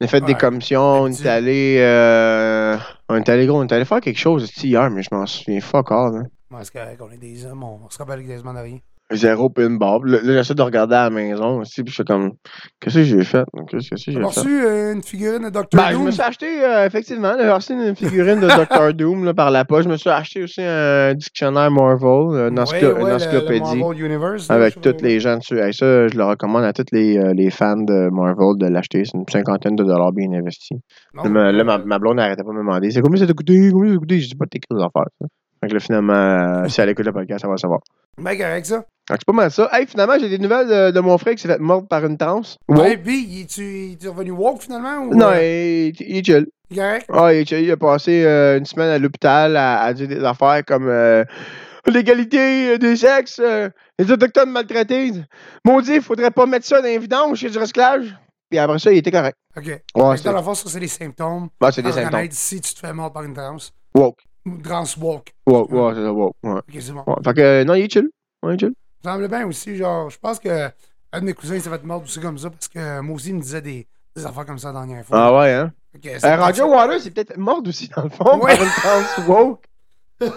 Speaker 1: On a fait des
Speaker 3: Ouais,
Speaker 1: commissions. On
Speaker 3: petit.
Speaker 1: est allé. euh, on est allé, gros. On est allé faire quelque chose aussi hier, mais je m'en souviens fuck all. hein.
Speaker 3: Moi, c'est correct, on est des hommes, on, on se rappelle quasiment de rien.
Speaker 1: Zéro puis une barbe. Là, là, j'essaie de regarder à la maison aussi, puis je suis comme. Qu'est-ce que j'ai fait? Qu'est-ce que j'ai
Speaker 3: T'as
Speaker 1: fait?
Speaker 3: reçu euh, une figurine de Dr.
Speaker 1: Ben, je
Speaker 3: Doom?
Speaker 1: me suis acheté, euh, effectivement, là, j'ai reçu une figurine de Doctor Doom là, par la poche. Je me suis acheté aussi un dictionnaire Marvel, euh, une,
Speaker 3: Ouais,
Speaker 1: encyclo-
Speaker 3: ouais,
Speaker 1: une
Speaker 3: le- le
Speaker 1: encyclopédie.
Speaker 3: Marvel Universe, là, je-
Speaker 1: Avec toutes les gens dessus. Hey, ça, je le recommande à tous les, euh, les fans de Marvel de l'acheter. C'est une cinquantaine de dollars bien investis.
Speaker 3: Non,
Speaker 1: Là, ma- là, ma,
Speaker 3: euh,
Speaker 1: ma blonde n'arrêtait pas de me demander c'est combien ça t'a coûté Combien ça t'a coûté Je dis pas tes crises d'affaires. ça. Fait que là, finalement, euh, si elle écoute le podcast, elle va le savoir.
Speaker 3: Ben, correct, ça.
Speaker 1: Fait que c'est pas mal ça. Hey, finalement, j'ai des nouvelles de, de mon frère qui s'est fait mordre par une transe.
Speaker 3: Ouais,
Speaker 1: Ouais.
Speaker 3: puis, tu es revenu woke finalement? Ou,
Speaker 1: Non,
Speaker 3: euh,
Speaker 1: il, il est chill.
Speaker 3: Correct?
Speaker 1: Ah, il, est chill. Il a passé euh, une semaine à l'hôpital à, à dire des affaires comme euh, l'égalité euh, des sexes, euh, les autochtones maltraités. Maudit, il faudrait pas mettre ça dans les vidanges, c'est du recyclage. Puis après ça, il était correct.
Speaker 3: Ok.
Speaker 1: Ouais,
Speaker 3: Fait que
Speaker 1: c'est
Speaker 3: dans la force, ça, c'est les symptômes.
Speaker 1: ouais, c'est des
Speaker 3: À
Speaker 1: symptômes.
Speaker 3: reconnaître Si tu te fais mort par une transe.
Speaker 1: Woke.
Speaker 3: Une transe woke.
Speaker 1: Woke, ouais, c'est ça, woke. Ouais.
Speaker 3: Ok, c'est bon.
Speaker 1: Ouais. Fait que, euh, non, il est chill. Ouais, il est chill.
Speaker 3: Ça me semble bien aussi, genre, je pense que un de mes cousins s'est fait mordre aussi comme ça parce que euh, moi aussi il me disait des, des affaires comme ça la dernière fois.
Speaker 1: Ah ouais, hein.
Speaker 3: Fait que c'est-
Speaker 1: Euh, Roger Waters, c'est peut-être mort aussi, dans le fond,
Speaker 3: Ouais.
Speaker 1: par une trans woke. Hein,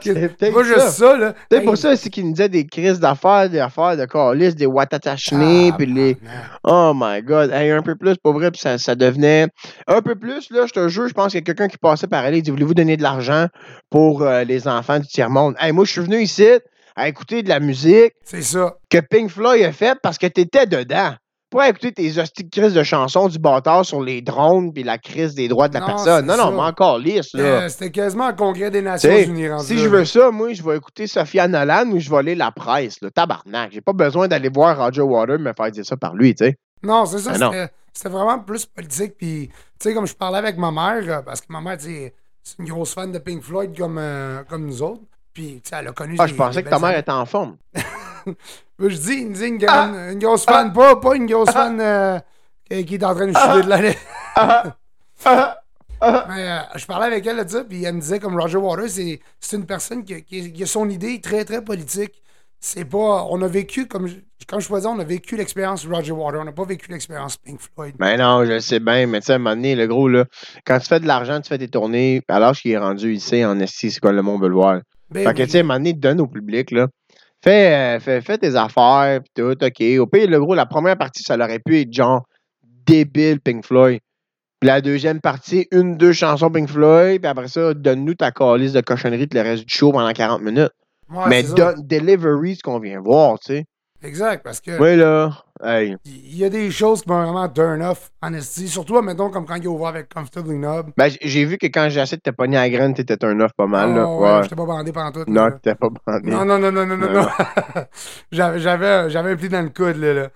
Speaker 1: c'est peut-être
Speaker 3: Moi, juste
Speaker 1: ça.
Speaker 3: ça, là.
Speaker 1: C'est pour ça, c'est qu'il nous disait des crises d'affaires, des affaires de calice, des
Speaker 3: Ah,
Speaker 1: watatachnés, puis les...
Speaker 3: ben,
Speaker 1: Oh my god, hey, un peu plus, pas vrai, puis ça, ça devenait. Un peu plus, là, je te jure, je pense qu'il y a quelqu'un qui passait par là, il dit Voulez-vous donner de l'argent pour euh, les enfants du tiers-monde Hey, moi, je suis venu ici à écouter de la musique
Speaker 3: C'est ça.
Speaker 1: que Pink Floyd a faite parce que t'étais dedans. Pas à écouter tes hosties de crises de chansons du bâtard sur les drones puis la crise des droits de la
Speaker 3: Non,
Speaker 1: personne.
Speaker 3: c'est
Speaker 1: Non, non,
Speaker 3: ça.
Speaker 1: mais encore lisse, là.
Speaker 3: Euh, C'était quasiment un congrès des Nations
Speaker 1: T'sais,
Speaker 3: Unies rendu
Speaker 1: Si
Speaker 3: là,
Speaker 1: je
Speaker 3: là.
Speaker 1: veux ça, moi, je vais écouter Sophia Nolan ou je vais lire la presse, là. Tabarnak. J'ai pas besoin d'aller voir Roger Water me faire dire ça par lui, tu sais.
Speaker 3: Non, c'est ça.
Speaker 1: Ben non.
Speaker 3: c'était- C'était vraiment plus politique. Puis, tu sais, comme je parlais avec ma mère, euh, parce que ma mère, tu sais, c'est une grosse fan de Pink Floyd comme, euh, comme nous autres. Puis, tu sais, elle a connu.
Speaker 1: Ah, je
Speaker 3: des-
Speaker 1: pensais
Speaker 3: des
Speaker 1: que ta
Speaker 3: belles
Speaker 1: mère
Speaker 3: années.
Speaker 1: était en forme.
Speaker 3: Moi, Je dis, il me dit une, grande- une grosse fan, pas, pas une grosse fan euh, qui qui est en train de chuter de la lait. Mais euh, je parlais avec elle là-dessus, puis elle me disait comme Roger Waters, c'est, c'est une personne qui, qui- qui a son idée très, très politique. C'est pas. On a vécu, comme je, comme je vous disais, on a vécu l'expérience Roger Waters, on n'a pas vécu l'expérience Pink Floyd.
Speaker 1: Mais Ben non, je le sais bien, mais tu sais, à un moment donné, le gros, là, quand tu fais de l'argent, tu fais tes tournées, à l'âge qu'il est rendu ici en Estie, c'est quoi le monde veut le voir.
Speaker 3: Ben
Speaker 1: Fait que,
Speaker 3: oui.
Speaker 1: tu sais, à un moment donné, donne au public, là. Fais, euh, fais, fais tes affaires, pis tout, OK. Au pire, le gros, la première partie, ça aurait pu être genre débile Pink Floyd. Puis la deuxième partie, une, deux chansons Pink Floyd, puis après ça, donne-nous ta calice de cochonnerie tout le reste du show pendant 40 minutes.
Speaker 3: Ouais,
Speaker 1: mais
Speaker 3: c'est ça.
Speaker 1: donne delivery ce qu'on vient voir, tu sais.
Speaker 3: Exact, parce que
Speaker 1: Oui, là. Hey.
Speaker 3: il y a des choses qui m'ont vraiment turn off, honesty. Surtout, mettons, comme quand il a ouvert avec Comfortably Knob.
Speaker 1: Ben, j- j'ai vu que quand j'ai essayé de te pogner à la graine, t'étais un œuf pas mal, Ah, là.
Speaker 3: Oh, ouais,
Speaker 1: Ouais.
Speaker 3: J'étais pas bandé pendant tout.
Speaker 1: Non, t'étais pas bandé. Euh,
Speaker 3: Non, non, non, non, non, non,
Speaker 1: Non.
Speaker 3: non. j'avais, j'avais, j'avais un pli dans le coude, là. là.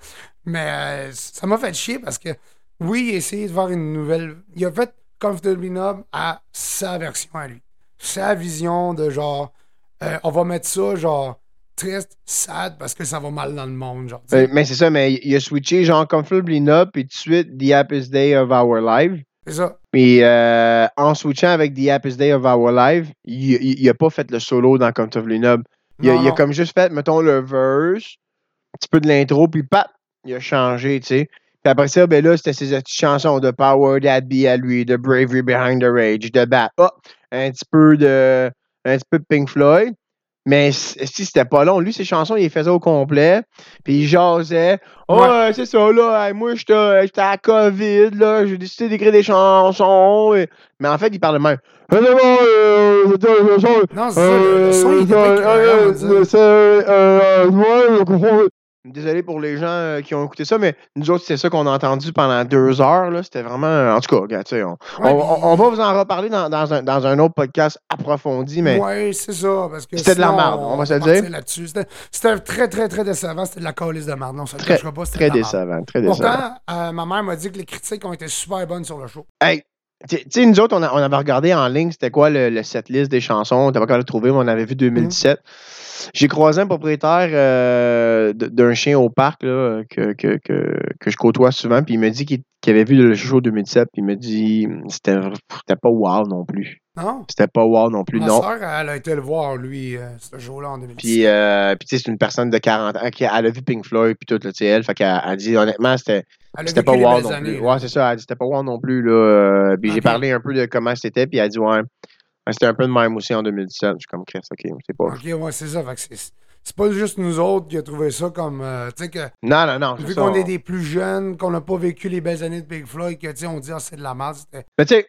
Speaker 3: Mais euh, ça m'a fait chier parce que, oui, il a essayé de faire une nouvelle. Il a fait Comfortably Knob à sa version à lui. Sa vision de genre, euh, on va mettre ça, genre, triste, sad, parce que ça va mal dans le monde, genre. tu sais.
Speaker 1: Euh, mais c'est ça, mais il il a switché genre Comfortably Knob, puis tout de suite The Happiest Day of Our Life.
Speaker 3: C'est ça.
Speaker 1: Puis euh, en switchant avec The Happiest Day of Our Life, il- il il a pas fait le solo dans Comfortably Knob. Il, a,
Speaker 3: Non,
Speaker 1: il a
Speaker 3: non.
Speaker 1: comme juste fait, mettons, le verse, un petit peu de l'intro, puis pat, il a changé, tu sais. Puis après ça, ben là, c'était ses petites chansons de Power That Be à lui, de Bravery Behind the Rage, de Bat. Ah, un petit peu de un petit peu de Pink Floyd. Mais c- si c'était pas long, lui, ses chansons, il les faisait au complet. Puis il jasait. Oh,
Speaker 3: Ouais.
Speaker 1: euh, c'est ça, là, hey, moi, j'étais j'étais à la COVID, là, j'ai décidé d'écrire des chansons. Et- Mais en fait, il parlait même. Ah, c'est bon, euh, c'était une chanson,
Speaker 3: Non, c'est ça, le, le son, il était
Speaker 1: Euh,
Speaker 3: pas écœurant, on va dire.
Speaker 1: Désolé pour les gens euh, qui ont écouté ça, mais nous autres, c'est ça qu'on a entendu pendant deux heures. là. C'était vraiment. euh, En tout cas, regarde, tu sais, on,
Speaker 3: Ouais,
Speaker 1: on-
Speaker 3: puis-
Speaker 1: on- on va vous en reparler dans, dans un, dans un autre podcast approfondi, mais
Speaker 3: Ouais, c'est ça. Parce que
Speaker 1: C'était de la
Speaker 3: sinon,
Speaker 1: marde, on va se le
Speaker 3: partir
Speaker 1: dire.
Speaker 3: là-dessus. C'était- C'était très, très, très décevant. C'était de la calice de marde. On se le
Speaker 1: Très-
Speaker 3: cachera pas. c'était
Speaker 1: très
Speaker 3: de la marde.
Speaker 1: décevant. Très décevant.
Speaker 3: Ah. Pourtant, euh, ma mère m'a dit que les critiques ont été super bonnes sur le show.
Speaker 1: Hey, tu tu sais, nous autres, on, a- on avait regardé en ligne c'était quoi le, le setlist des chansons. On n'était pas capable de trouver, mais on
Speaker 3: Mhm.
Speaker 1: avait vu 2017. J'ai croisé un propriétaire euh, d- d'un chien au parc là, que, que, que, que je côtoie souvent, puis il me dit qu'il qu'il avait vu le show 2017, puis il me dit c'était c'était pas wow non plus.
Speaker 3: Non?
Speaker 1: C'était pas wow non plus,
Speaker 3: ma
Speaker 1: non.
Speaker 3: soeur, elle a été le voir, lui, euh, ce jour-là, en 2010.
Speaker 1: Puis, euh, puis tu sais, c'est une personne de 40 ans qui elle a vu Pink Floyd, puis tout, là, tu sais, elle, fait qu'elle elle dit honnêtement, c'était
Speaker 3: elle a
Speaker 1: C'était
Speaker 3: vécu
Speaker 1: pas
Speaker 3: les
Speaker 1: wow
Speaker 3: belles
Speaker 1: non
Speaker 3: années,
Speaker 1: plus.
Speaker 3: là.
Speaker 1: Ouais, c'est ça. Elle dit c'était pas wow non plus. Là. Euh, puis j'ai
Speaker 3: Ok.
Speaker 1: parlé un peu de comment c'était. Puis elle a dit ouais, ouais, c'était un peu de même aussi en 2017. Je suis comme Chris, ok, c'est pas.
Speaker 3: OK, ouais, c'est ça. Fait que c'est- C'est pas juste nous autres qui a trouvé ça comme. euh, tu sais, que
Speaker 1: Non, non, non. c'est
Speaker 3: vu
Speaker 1: ça.
Speaker 3: qu'on est des plus jeunes, qu'on n'a pas vécu les belles années de Big Floyd, que, tu sais, on dit, ah, c'est de la merde. C'était-
Speaker 1: Mais tu sais,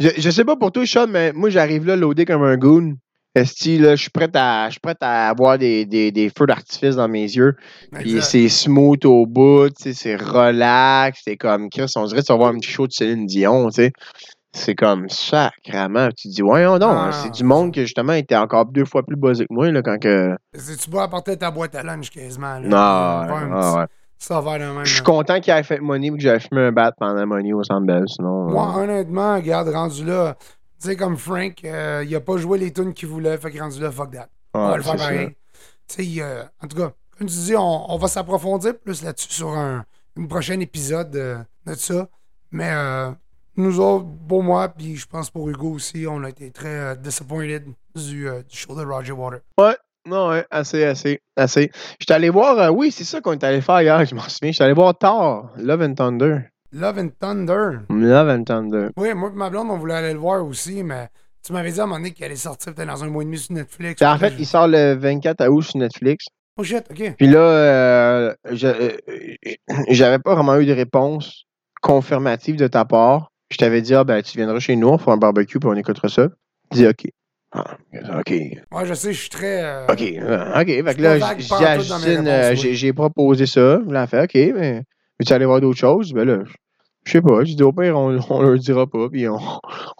Speaker 1: je, je sais pas pour toi, Sean, mais moi j'arrive là loadé comme un goon. Esti, là, je suis prêt à je suis prêt à avoir des, des, des feux d'artifice dans mes yeux. Puis
Speaker 3: Exact.
Speaker 1: c'est smooth au bout, tu sais, c'est relax, c'est comme Chris, on dirait que tu vas voir un petit show de Céline Dion, tu sais. C'est comme sacrament. Tu te dis, ouais, non,
Speaker 3: Ah,
Speaker 1: c'est du
Speaker 3: c'est
Speaker 1: monde
Speaker 3: ça.
Speaker 1: qui justement était encore deux fois plus buzzé que moi là, quand que.
Speaker 3: C'est- Tu peux apporter ta boîte à lunch quasiment. Là,
Speaker 1: Non,
Speaker 3: Faire
Speaker 1: ouais,
Speaker 3: un
Speaker 1: ouais,
Speaker 3: petit-
Speaker 1: ouais.
Speaker 3: Ça va dans le même.
Speaker 1: Je suis
Speaker 3: là.
Speaker 1: content qu'il ait fait Money et que j'avais fumé un bat pendant Money au Centre Bell, sinon.
Speaker 3: Moi,
Speaker 1: euh,
Speaker 3: honnêtement, regarde, rendu là, tu sais, comme Frank, euh, il a pas joué les tunes qu'il voulait, fait que rendu là, fuck that. on va
Speaker 1: ouais, Ah,
Speaker 3: le
Speaker 1: c'est
Speaker 3: faire
Speaker 1: ça.
Speaker 3: pareil. Tu sais, euh, en tout cas, comme tu dis, on, on va s'approfondir plus là-dessus sur un, une prochain épisode de, de ça. Mais euh, nous autres, pour moi, puis je pense pour Hugo aussi, on a été très euh, disappointed du, euh, du show de Roger Water.
Speaker 1: Non, ouais, assez, assez, assez. J'étais allé voir, euh, oui, c'est ça qu'on est allé faire hier, je m'en souviens. J'étais allé voir Thor, Love and Thunder.
Speaker 3: Love and Thunder.
Speaker 1: Love and Thunder.
Speaker 3: Oui, moi et ma blonde, on voulait aller le voir aussi, mais tu m'avais dit à un moment donné qu'il allait sortir peut-être dans un mois et demi sur Netflix.
Speaker 1: Ben, En fait, il sort le 24 août sur Netflix.
Speaker 3: Oh shit, ok.
Speaker 1: Puis là, euh, je- euh, j'avais pas vraiment eu de réponse confirmative de ta part. Je t'avais dit, ah ben, tu viendras chez nous, on fera un barbecue puis on écoutera ça. Je dis, OK. Ah, OK.
Speaker 3: Ouais, je sais, je suis très. euh,
Speaker 1: OK, euh, OK. Fait que
Speaker 3: suis
Speaker 1: là,
Speaker 3: pas vague
Speaker 1: j-
Speaker 3: pantoute dans mes
Speaker 1: j'agine, euh,
Speaker 3: réponses,
Speaker 1: j'ai
Speaker 3: oui.
Speaker 1: j'ai proposé ça. Je l'ai fait, OK, mais veux-tu aller voir d'autres choses? Ben là, je sais pas. J'ai dit, au pire, on, on leur dira pas, puis on,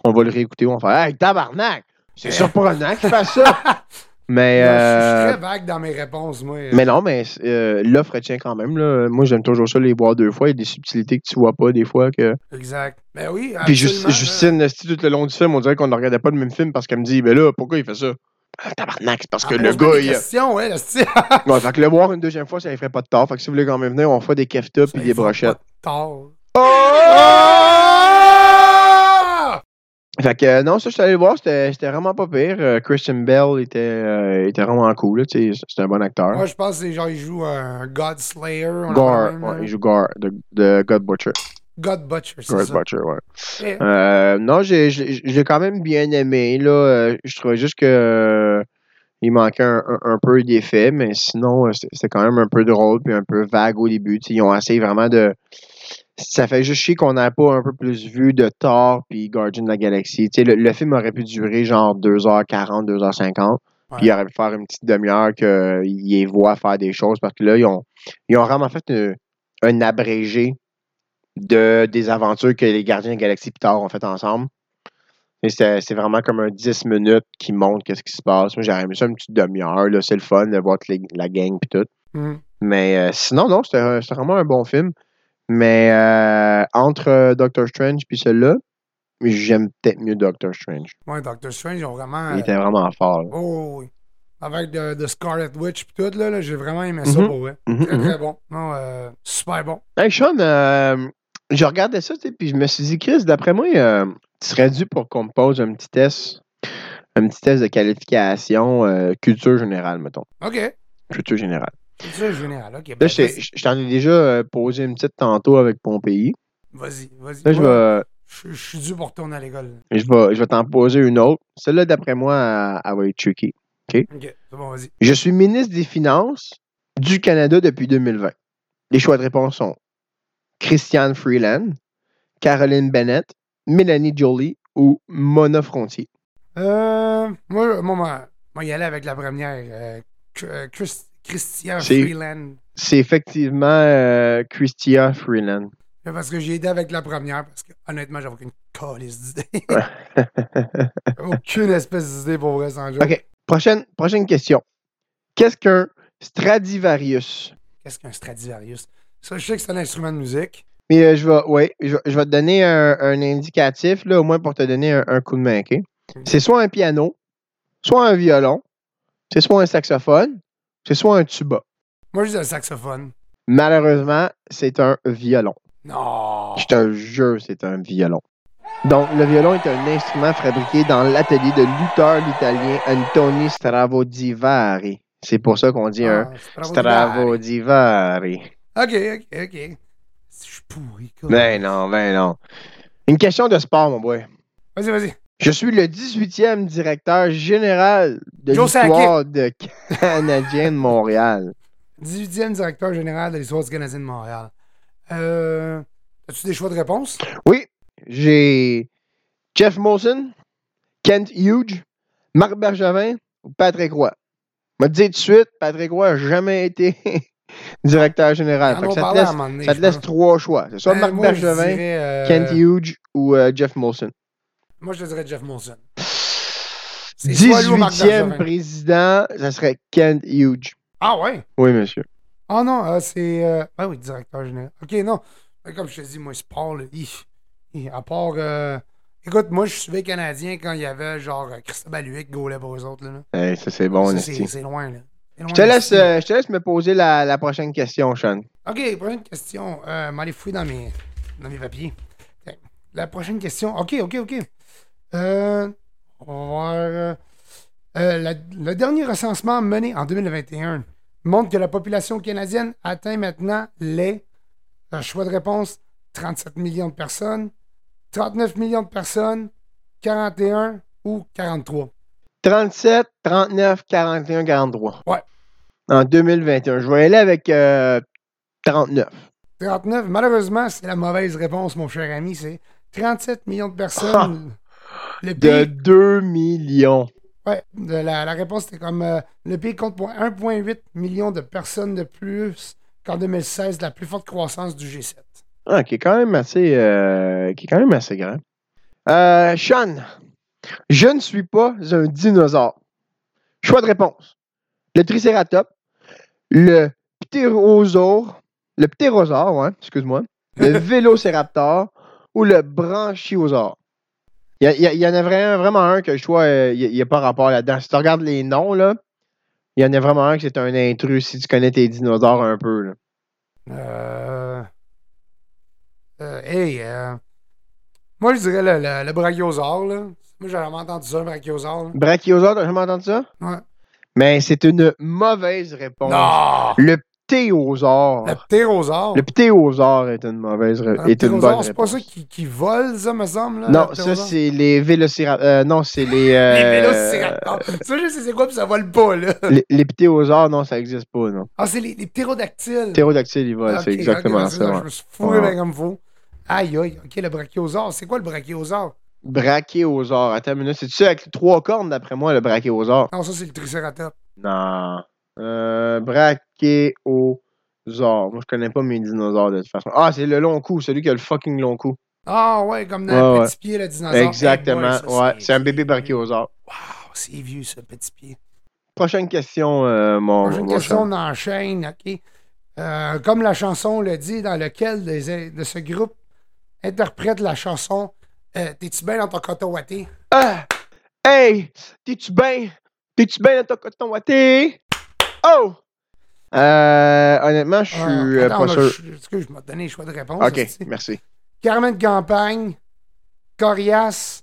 Speaker 1: on va le réécouter. On va faire, hey, tabarnak! C'est surprenant qu'il fasse ça! Mais,
Speaker 3: Eh. non, je suis- je suis
Speaker 1: euh,
Speaker 3: très vague dans mes réponses, moi.
Speaker 1: mais non, mais euh, l'offre tient quand même. Là. Moi, j'aime toujours ça, les voir deux fois. Il y a des subtilités que tu vois pas des fois. que
Speaker 3: Exact. Ben oui.
Speaker 1: Puis
Speaker 3: absolument,
Speaker 1: Jus- Justine, esti, tout le long du film, on dirait qu'on ne regardait pas le même film parce qu'elle me dit, ben là, pourquoi il fait ça? Ah, Tabarnak, c'est parce
Speaker 3: euh,
Speaker 1: que
Speaker 3: elle
Speaker 1: le
Speaker 3: pose bien
Speaker 1: gars,
Speaker 3: des
Speaker 1: il a-
Speaker 3: questions, ouais, le style.
Speaker 1: Ouais, fait que le voir une deuxième fois, ça ne ferait pas de tort. Fait que si vous voulez quand même venir, on fera des keftas puis des brochettes. Ah!
Speaker 3: Tard.
Speaker 1: Fait que euh, non, ça, je suis allé le voir, c'était c'était vraiment pas pire. Euh, Christian Bell était, euh, était vraiment cool, là, tu sais, c'est un bon acteur.
Speaker 3: Moi, je pense que c'est genre, il joue un God Slayer. on
Speaker 1: Gore,
Speaker 3: l'appelle même, euh,
Speaker 1: ouais,
Speaker 3: là.
Speaker 1: il joue Gore, de, de God Butcher.
Speaker 3: God Butcher, c'est
Speaker 1: God
Speaker 3: ça.
Speaker 1: Butcher, ouais.
Speaker 3: Eh,
Speaker 1: Euh, non, j'ai j'ai- j'ai quand même bien aimé, là. Euh, Je trouvais juste que. euh, Il manquait un, un- un peu d'effet, mais sinon, euh, c'était c'était quand même un peu drôle puis un peu vague au début. Tu sais, Ils ont essayé vraiment de. Ça fait juste chier qu'on n'a pas un peu plus vu de Thor puis Guardian de la Galaxie. Tu sais, Le, le film aurait pu durer genre 2h40, 2h50,
Speaker 3: Ouais.
Speaker 1: Puis il aurait pu faire une petite demi-heure qu'ils les voient faire des choses parce que là, ils ont, ils ont vraiment fait une- un abrégé de, des aventures que les gardiens de la galaxie plus tard ont fait ensemble. Et c'était- c'est vraiment comme un 10 minutes qui montre qu'est-ce qui se passe. Moi, j'aurais aimé ça une petite demi-heure. là. C'est le fun de voir toute les- la gang puis tout.
Speaker 3: Hum.
Speaker 1: Mais euh, sinon, non, c'était un- c'était vraiment un bon film. Mais euh, entre euh, Doctor Strange puis celui-là, j'aime peut-être mieux Doctor Strange.
Speaker 3: Ouais, Doctor Strange, ils ont vraiment. euh,
Speaker 1: Il était vraiment fort. là.
Speaker 3: Oh, oui. Avec de, de Scarlet Witch pis tout, là, là, j'ai vraiment aimé ça
Speaker 1: Mhm.
Speaker 3: pour vrai.
Speaker 1: Mhm,
Speaker 3: Très,
Speaker 1: mhm.
Speaker 3: très bon. Non, euh, super bon.
Speaker 1: Hey Sean, euh, je regardais ça, tu sais, puis je me suis dit, Chris, d'après moi, euh, tu serais dû pour qu'on me pose un petit test, un petit test de qualification euh, culture générale, mettons.
Speaker 3: OK.
Speaker 1: Culture générale.
Speaker 3: C'est ça, général. OK.
Speaker 1: Là,
Speaker 3: ben,
Speaker 1: je t'ai- je t'en ai déjà euh, posé une petite tantôt avec Pompéi.
Speaker 3: ben, Vas-y, vas-y.
Speaker 1: Là, je
Speaker 3: Ouais,
Speaker 1: vais,
Speaker 3: je- je suis dû pour retourner à l'école.
Speaker 1: je vais, je vais t'en poser une autre. Celle-là, d'après moi, elle, elle va être tricky.
Speaker 3: OK, c'est bon, vas-y.
Speaker 1: Je suis ministre des Finances du Canada depuis 2020. Les choix de réponse sont Christiane Freeland, Caroline Bennett, Mélanie Jolie ou Mona Frontier.
Speaker 3: Euh, moi, moi, moi, moi, y aller avec la première. euh, Cr- euh, Chris- Christian
Speaker 1: C'est-
Speaker 3: Freeland.
Speaker 1: C'est effectivement euh, Christia Freeland.
Speaker 3: Là, Parce que j'ai aidé avec la première, parce que honnêtement, j'avais aucune calice d'idée. aucune espèce d'idée pour vrai, sans joke.
Speaker 1: Ok. prochaine, prochaine question. Qu'est-ce qu'un Stradivarius?
Speaker 3: Qu'est-ce qu'un Stradivarius? Ça, je sais que c'est un instrument de musique.
Speaker 1: Mais euh, je vais, ouais, je, je vais te donner un, un indicatif, là, au moins pour te donner un, un coup de main, OK? C'est soit un piano, soit un violon, c'est soit un saxophone, c'est soit un tuba.
Speaker 3: Moi, je dis un saxophone.
Speaker 1: Malheureusement, c'est un violon.
Speaker 3: Non!
Speaker 1: Je te jure, c'est un violon. Donc, le violon est un instrument fabriqué dans l'atelier de l'auteur italien Antoni Stravodivari. C'est pour ça qu'on dit un
Speaker 3: Ah, Stradivari.
Speaker 1: Stravodivari.
Speaker 3: Ok, ok, ok. Je suis pourri, quoi.
Speaker 1: Ben non, ben non. Une question de sport, mon boy.
Speaker 3: Vas-y, vas-y.
Speaker 1: Je suis le 18e directeur général de
Speaker 3: Joe Sakic.
Speaker 1: l'histoire de Canadien de Montréal.
Speaker 3: 18e directeur général de l'histoire du Canadien de Montréal. Euh. As-tu des choix de réponse?
Speaker 1: Oui, j'ai Jeff Molson, Kent Hughes, Marc Bergevin ou Patrick Roy. Je vais te dire tout de suite, Patrick Roy n'a jamais été directeur général.
Speaker 3: Ils
Speaker 1: Ah, Fait
Speaker 3: en
Speaker 1: que
Speaker 3: ont
Speaker 1: ça te
Speaker 3: parlé Ah à un
Speaker 1: laisse,
Speaker 3: moment donné,
Speaker 1: ça te
Speaker 3: je
Speaker 1: laisse
Speaker 3: pense.
Speaker 1: trois choix. C'est soit
Speaker 3: Ben,
Speaker 1: Marc
Speaker 3: moi, je
Speaker 1: Bergevin,
Speaker 3: dirais, euh,
Speaker 1: Kent Hughes ou euh, Jeff Molson.
Speaker 3: Moi, je dirais Jeff Monson. C'est soit lui ou Marc
Speaker 1: 18e
Speaker 3: Bergevin.
Speaker 1: président, ça serait Kent Hughes.
Speaker 3: Ah ouais?
Speaker 1: Oui, monsieur.
Speaker 3: Ah non, euh, c'est. euh, Ah oui, directeur général. Ok, non. Mais Comme je te dis, moi, sport, là, hi, hi, à part. euh, Écoute, moi, je suivais Canadien quand il y avait genre euh, Christophe Huick, Gaulet pour eux autres. Là, là.
Speaker 1: Eh, ça, c'est bon,
Speaker 3: Ça,
Speaker 1: esti.
Speaker 3: c'est c'est loin, là. C'est loin,
Speaker 1: je te, laisse,
Speaker 3: esti.
Speaker 1: euh, je te laisse me poser la, la prochaine question, Sean.
Speaker 3: Ok, prochaine question. Euh, m'aller fouiller dans mes, dans mes papiers. Ok. La prochaine question. Ok, ok, ok. Euh, on va voir. euh, euh, la- le dernier recensement mené en 2021 montre que la population canadienne atteint maintenant les euh, choix de réponse 37 millions de personnes, 39 millions de personnes, 41 ou 43.
Speaker 1: 37, 39, 41, 43.
Speaker 3: Ouais.
Speaker 1: En 2021. Je vais aller avec euh, 39.
Speaker 3: 39, malheureusement, c'est la mauvaise réponse, mon cher ami. C'est 37 millions de personnes. Le
Speaker 1: De
Speaker 3: pire-
Speaker 1: 2 millions.
Speaker 3: Ouais, de la, la réponse était comme euh, le pays compte pour 1,8 million de personnes de plus qu'en 2016, la plus forte croissance du G7.
Speaker 1: Ah, qui est quand même assez, euh, qui est quand même assez grand. Euh, Sean, je ne suis pas un dinosaure. Choix de réponse. Le tricératops, le ptérosaure, le ptérosaure, ouais, excuse-moi, le vélociraptor ou le branchiosaure. Il y, a- il y a- il y en a vraiment, vraiment un que je vois, euh, il n'y a, pas rapport là-dedans. Si tu regardes les noms, là, il y en a vraiment un que c'est un intrus si tu connais tes dinosaures un peu. là.
Speaker 3: Euh... euh, hey, euh, moi je dirais le, le, le brachiosaure, là. Moi j'avais jamais entendu ça, un brachiosaure. là.
Speaker 1: Brachiosaure, t'as jamais entendu ça?
Speaker 3: Ouais.
Speaker 1: Mais c'est une mauvaise réponse.
Speaker 3: Non!
Speaker 1: Le ptéosaure.
Speaker 3: Le ptérosaure.
Speaker 1: Le ptéosaure est une mauvaise ré-
Speaker 3: Un
Speaker 1: est une bonne
Speaker 3: ptérosaure, c'est pas
Speaker 1: réponse.
Speaker 3: ça qui, qui vole, ça, me semble. Là,
Speaker 1: Non,
Speaker 3: le
Speaker 1: ça
Speaker 3: ptérosaure?
Speaker 1: c'est les vélociraptors. non, c'est les. euh,
Speaker 3: Les vélociraptors. Ça, je sais c'est quoi, puis ça vole pas, là.
Speaker 1: les, les ptéosaures, non, ça n'existe pas, non.
Speaker 3: Ah, c'est les, les ptérodactyles.
Speaker 1: Ptérodactyle, ils volent,
Speaker 3: Ah,
Speaker 1: c'est
Speaker 3: ok,
Speaker 1: exactement
Speaker 3: ok,
Speaker 1: ça.
Speaker 3: Je
Speaker 1: ouais.
Speaker 3: me suis fourré
Speaker 1: Ouais.
Speaker 3: ben comme vous. Aïe, aïe. OK, le brachiosaure. C'est quoi le brachiosaure?
Speaker 1: Brachiosaure. Attends une minute. C'est-tu avec les trois cornes, d'après moi, le brachiosaure?
Speaker 3: Non, ça, c'est le Triceratops.
Speaker 1: Non. Euh, brachiosaure. Moi, je connais pas mes dinosaures de toute façon. Ah, c'est le long cou, celui qui a le fucking long cou.
Speaker 3: Ah, ouais, comme dans
Speaker 1: Ouais,
Speaker 3: le petit pied, le dinosaure.
Speaker 1: Exactement.
Speaker 3: Eh boy, ça,
Speaker 1: ouais, c'est un bébé
Speaker 3: vieux.
Speaker 1: brachiosaure.
Speaker 3: Wow, c'est vieux, ce petit pied.
Speaker 1: Prochaine question, euh, mon.
Speaker 3: Prochaine
Speaker 1: mon
Speaker 3: question,
Speaker 1: cher.
Speaker 3: on enchaîne, OK? Euh, comme la chanson le dit, dans lequel des- de ce groupe interprète la chanson euh, T'es-tu bien dans ton coton ouaté?
Speaker 1: Ah! Hey! T'es-tu bien? T'es-tu bien dans ton coton ouaté? Oh! Euh, honnêtement, je suis
Speaker 3: Euh,
Speaker 1: euh,
Speaker 3: attends,
Speaker 1: pas
Speaker 3: là,
Speaker 1: sûr.
Speaker 3: je- Excuse, je m'a donné le choix de réponse.
Speaker 1: Ok,
Speaker 3: esti.
Speaker 1: merci.
Speaker 3: Carmen de Campagne, Corias,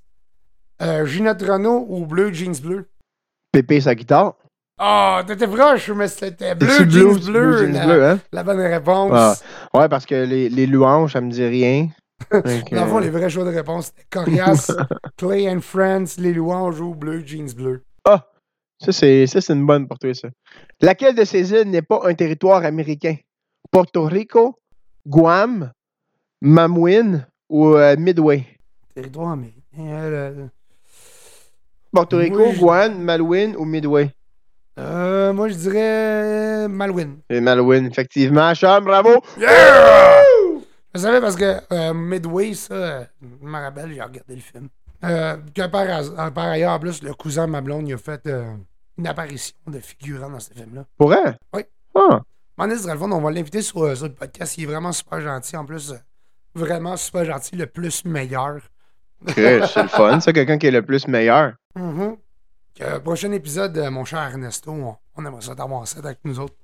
Speaker 3: euh, Ginette Renault ou Bleu Jeans Bleu?
Speaker 1: Pépé, sa guitare.
Speaker 3: Ah, t'étais proche, mais c'était Bleu
Speaker 1: C'est-tu
Speaker 3: Jeans
Speaker 1: bleu,
Speaker 3: Bleu,
Speaker 1: c'est bleu, jeans
Speaker 3: la,
Speaker 1: bleu, hein?
Speaker 3: la bonne réponse.
Speaker 1: Ah. Ouais, parce que les, les louanges, ça me dit rien. Donc,
Speaker 3: Dans le fond,
Speaker 1: euh,
Speaker 3: les vrais choix de réponse, c'était Corias, Clay and Friends, Les Louanges ou Bleu Jeans Bleu.
Speaker 1: ah! Ça, c'est ça, c'est une bonne pour toi, ça. Laquelle de ces îles n'est pas un territoire américain? Porto Rico, Guam, Mamouine ou euh, Midway?
Speaker 3: Territoire, mais. euh,
Speaker 1: Porto Rico,
Speaker 3: Oui, je-
Speaker 1: Guam, Malouine ou Midway?
Speaker 3: euh, moi, je dirais euh, Malouine.
Speaker 1: Et Malouine, effectivement. Chum, bravo!
Speaker 3: Yeah! Je savais parce que euh, Midway, ça, euh, je me rappelle, j'ai regardé le film. Euh, que par, has- euh, par ailleurs, en plus, le cousin de ma blonde, il a fait euh, une apparition de figurant dans ce film-là.
Speaker 1: Pour elle?
Speaker 3: Oui.
Speaker 1: Ah,
Speaker 3: Manis Dralvon, on va l'inviter sur, euh, sur le podcast. Il est vraiment super gentil. En plus, euh, vraiment super gentil, le plus meilleur.
Speaker 1: Chris, c'est le fun. C'est quelqu'un qui est le plus meilleur.
Speaker 3: Mhm. Que, prochain épisode, euh, mon cher Ernesto, on, on aimerait ça t'avoir en set avec nous autres.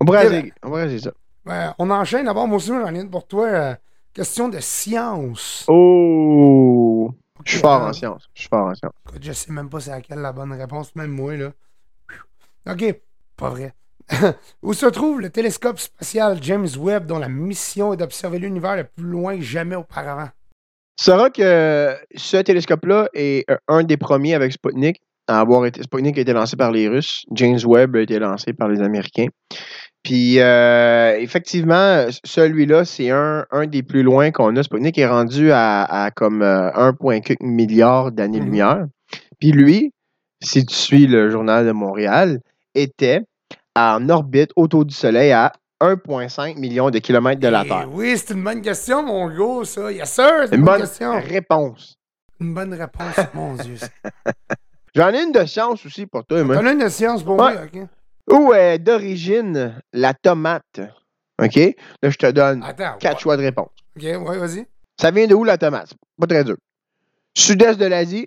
Speaker 1: On pourrait
Speaker 3: Yeah.
Speaker 1: dire- on pourrait dire ça.
Speaker 3: Ben, on enchaîne. D'abord, moi aussi, j'en ai une pour toi. euh, question de science.
Speaker 1: Oh! Je suis
Speaker 3: Ok,
Speaker 1: fort
Speaker 3: euh,
Speaker 1: en science. Je suis fort en science.
Speaker 3: Écoute, je sais même pas c'est laquelle la bonne réponse, même moi, là. OK, pas vrai. Où se trouve le télescope spatial James Webb dont la mission est d'observer l'univers le plus loin que jamais auparavant?
Speaker 1: Tu sauras que ce télescope-là est euh, un des premiers avec Sputnik à avoir été. Sputnik a été lancé par les Russes. James Webb a été lancé par les Américains. Puis, euh, effectivement, celui-là, c'est un, un des plus loin qu'on a. Sputnik est rendu à, à comme euh, 1,4 milliard d'années-lumière.
Speaker 3: Mhm.
Speaker 1: Puis lui, si tu suis le journal de Montréal, était en orbite autour du Soleil à 1,5 million de kilomètres de la
Speaker 3: Eh
Speaker 1: Terre.
Speaker 3: Oui, c'est une bonne question, mon gars, ça. Yes, sir, c'est
Speaker 1: Une
Speaker 3: une bonne
Speaker 1: bonne
Speaker 3: question.
Speaker 1: réponse.
Speaker 3: Une bonne réponse, mon Dieu.
Speaker 1: J'en ai une de science aussi pour toi, moi.
Speaker 3: On a une science pour
Speaker 1: Ouais.
Speaker 3: moi, OK?
Speaker 1: Où est d'origine la tomate? OK? Là, je te donne
Speaker 3: Attends.
Speaker 1: quatre choix de réponse.
Speaker 3: ouais. OK, ouais, vas-y.
Speaker 1: Ça vient de où la tomate? C'est Pas très dur. Sud-est de l'Asie,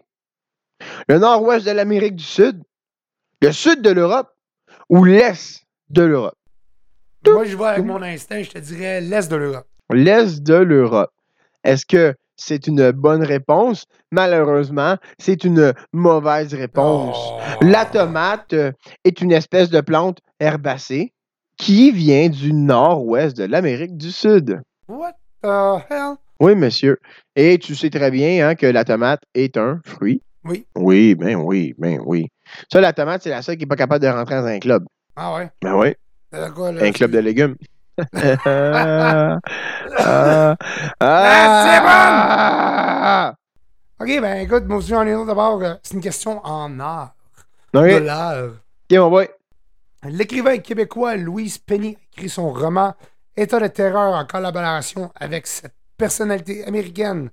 Speaker 1: le nord-ouest de l'Amérique du Sud, le sud de l'Europe ou l'est de l'Europe?
Speaker 3: Moi, je vais avec mon instinct, je te dirais l'Est de l'Europe.
Speaker 1: L'est de l'Europe. Est-ce que c'est une bonne réponse? Malheureusement, c'est une mauvaise réponse.
Speaker 3: Oh.
Speaker 1: La tomate euh, est une espèce de plante herbacée qui vient du nord-ouest de l'Amérique du Sud.
Speaker 3: What the hell?
Speaker 1: Oui, monsieur. Et tu sais très bien hein, que la tomate est un fruit.
Speaker 3: Oui.
Speaker 1: Oui, ben oui, ben oui. Ça, la tomate, c'est la seule qui n'est pas capable de rentrer dans un club.
Speaker 3: Ah ouais.
Speaker 1: Ben oui,
Speaker 3: Euh, quoi, là,
Speaker 1: un club de légumes. ah, ah, ah,
Speaker 3: OK, ben écoute, moi aussi, j'en ai une autre d'abord. euh, C'est une question en art. De
Speaker 1: OK,
Speaker 3: l'art.
Speaker 1: ok, mon boy.
Speaker 3: L'écrivain québécois Louise Penny a écrit son roman État de terreur en collaboration avec cette personnalité américaine,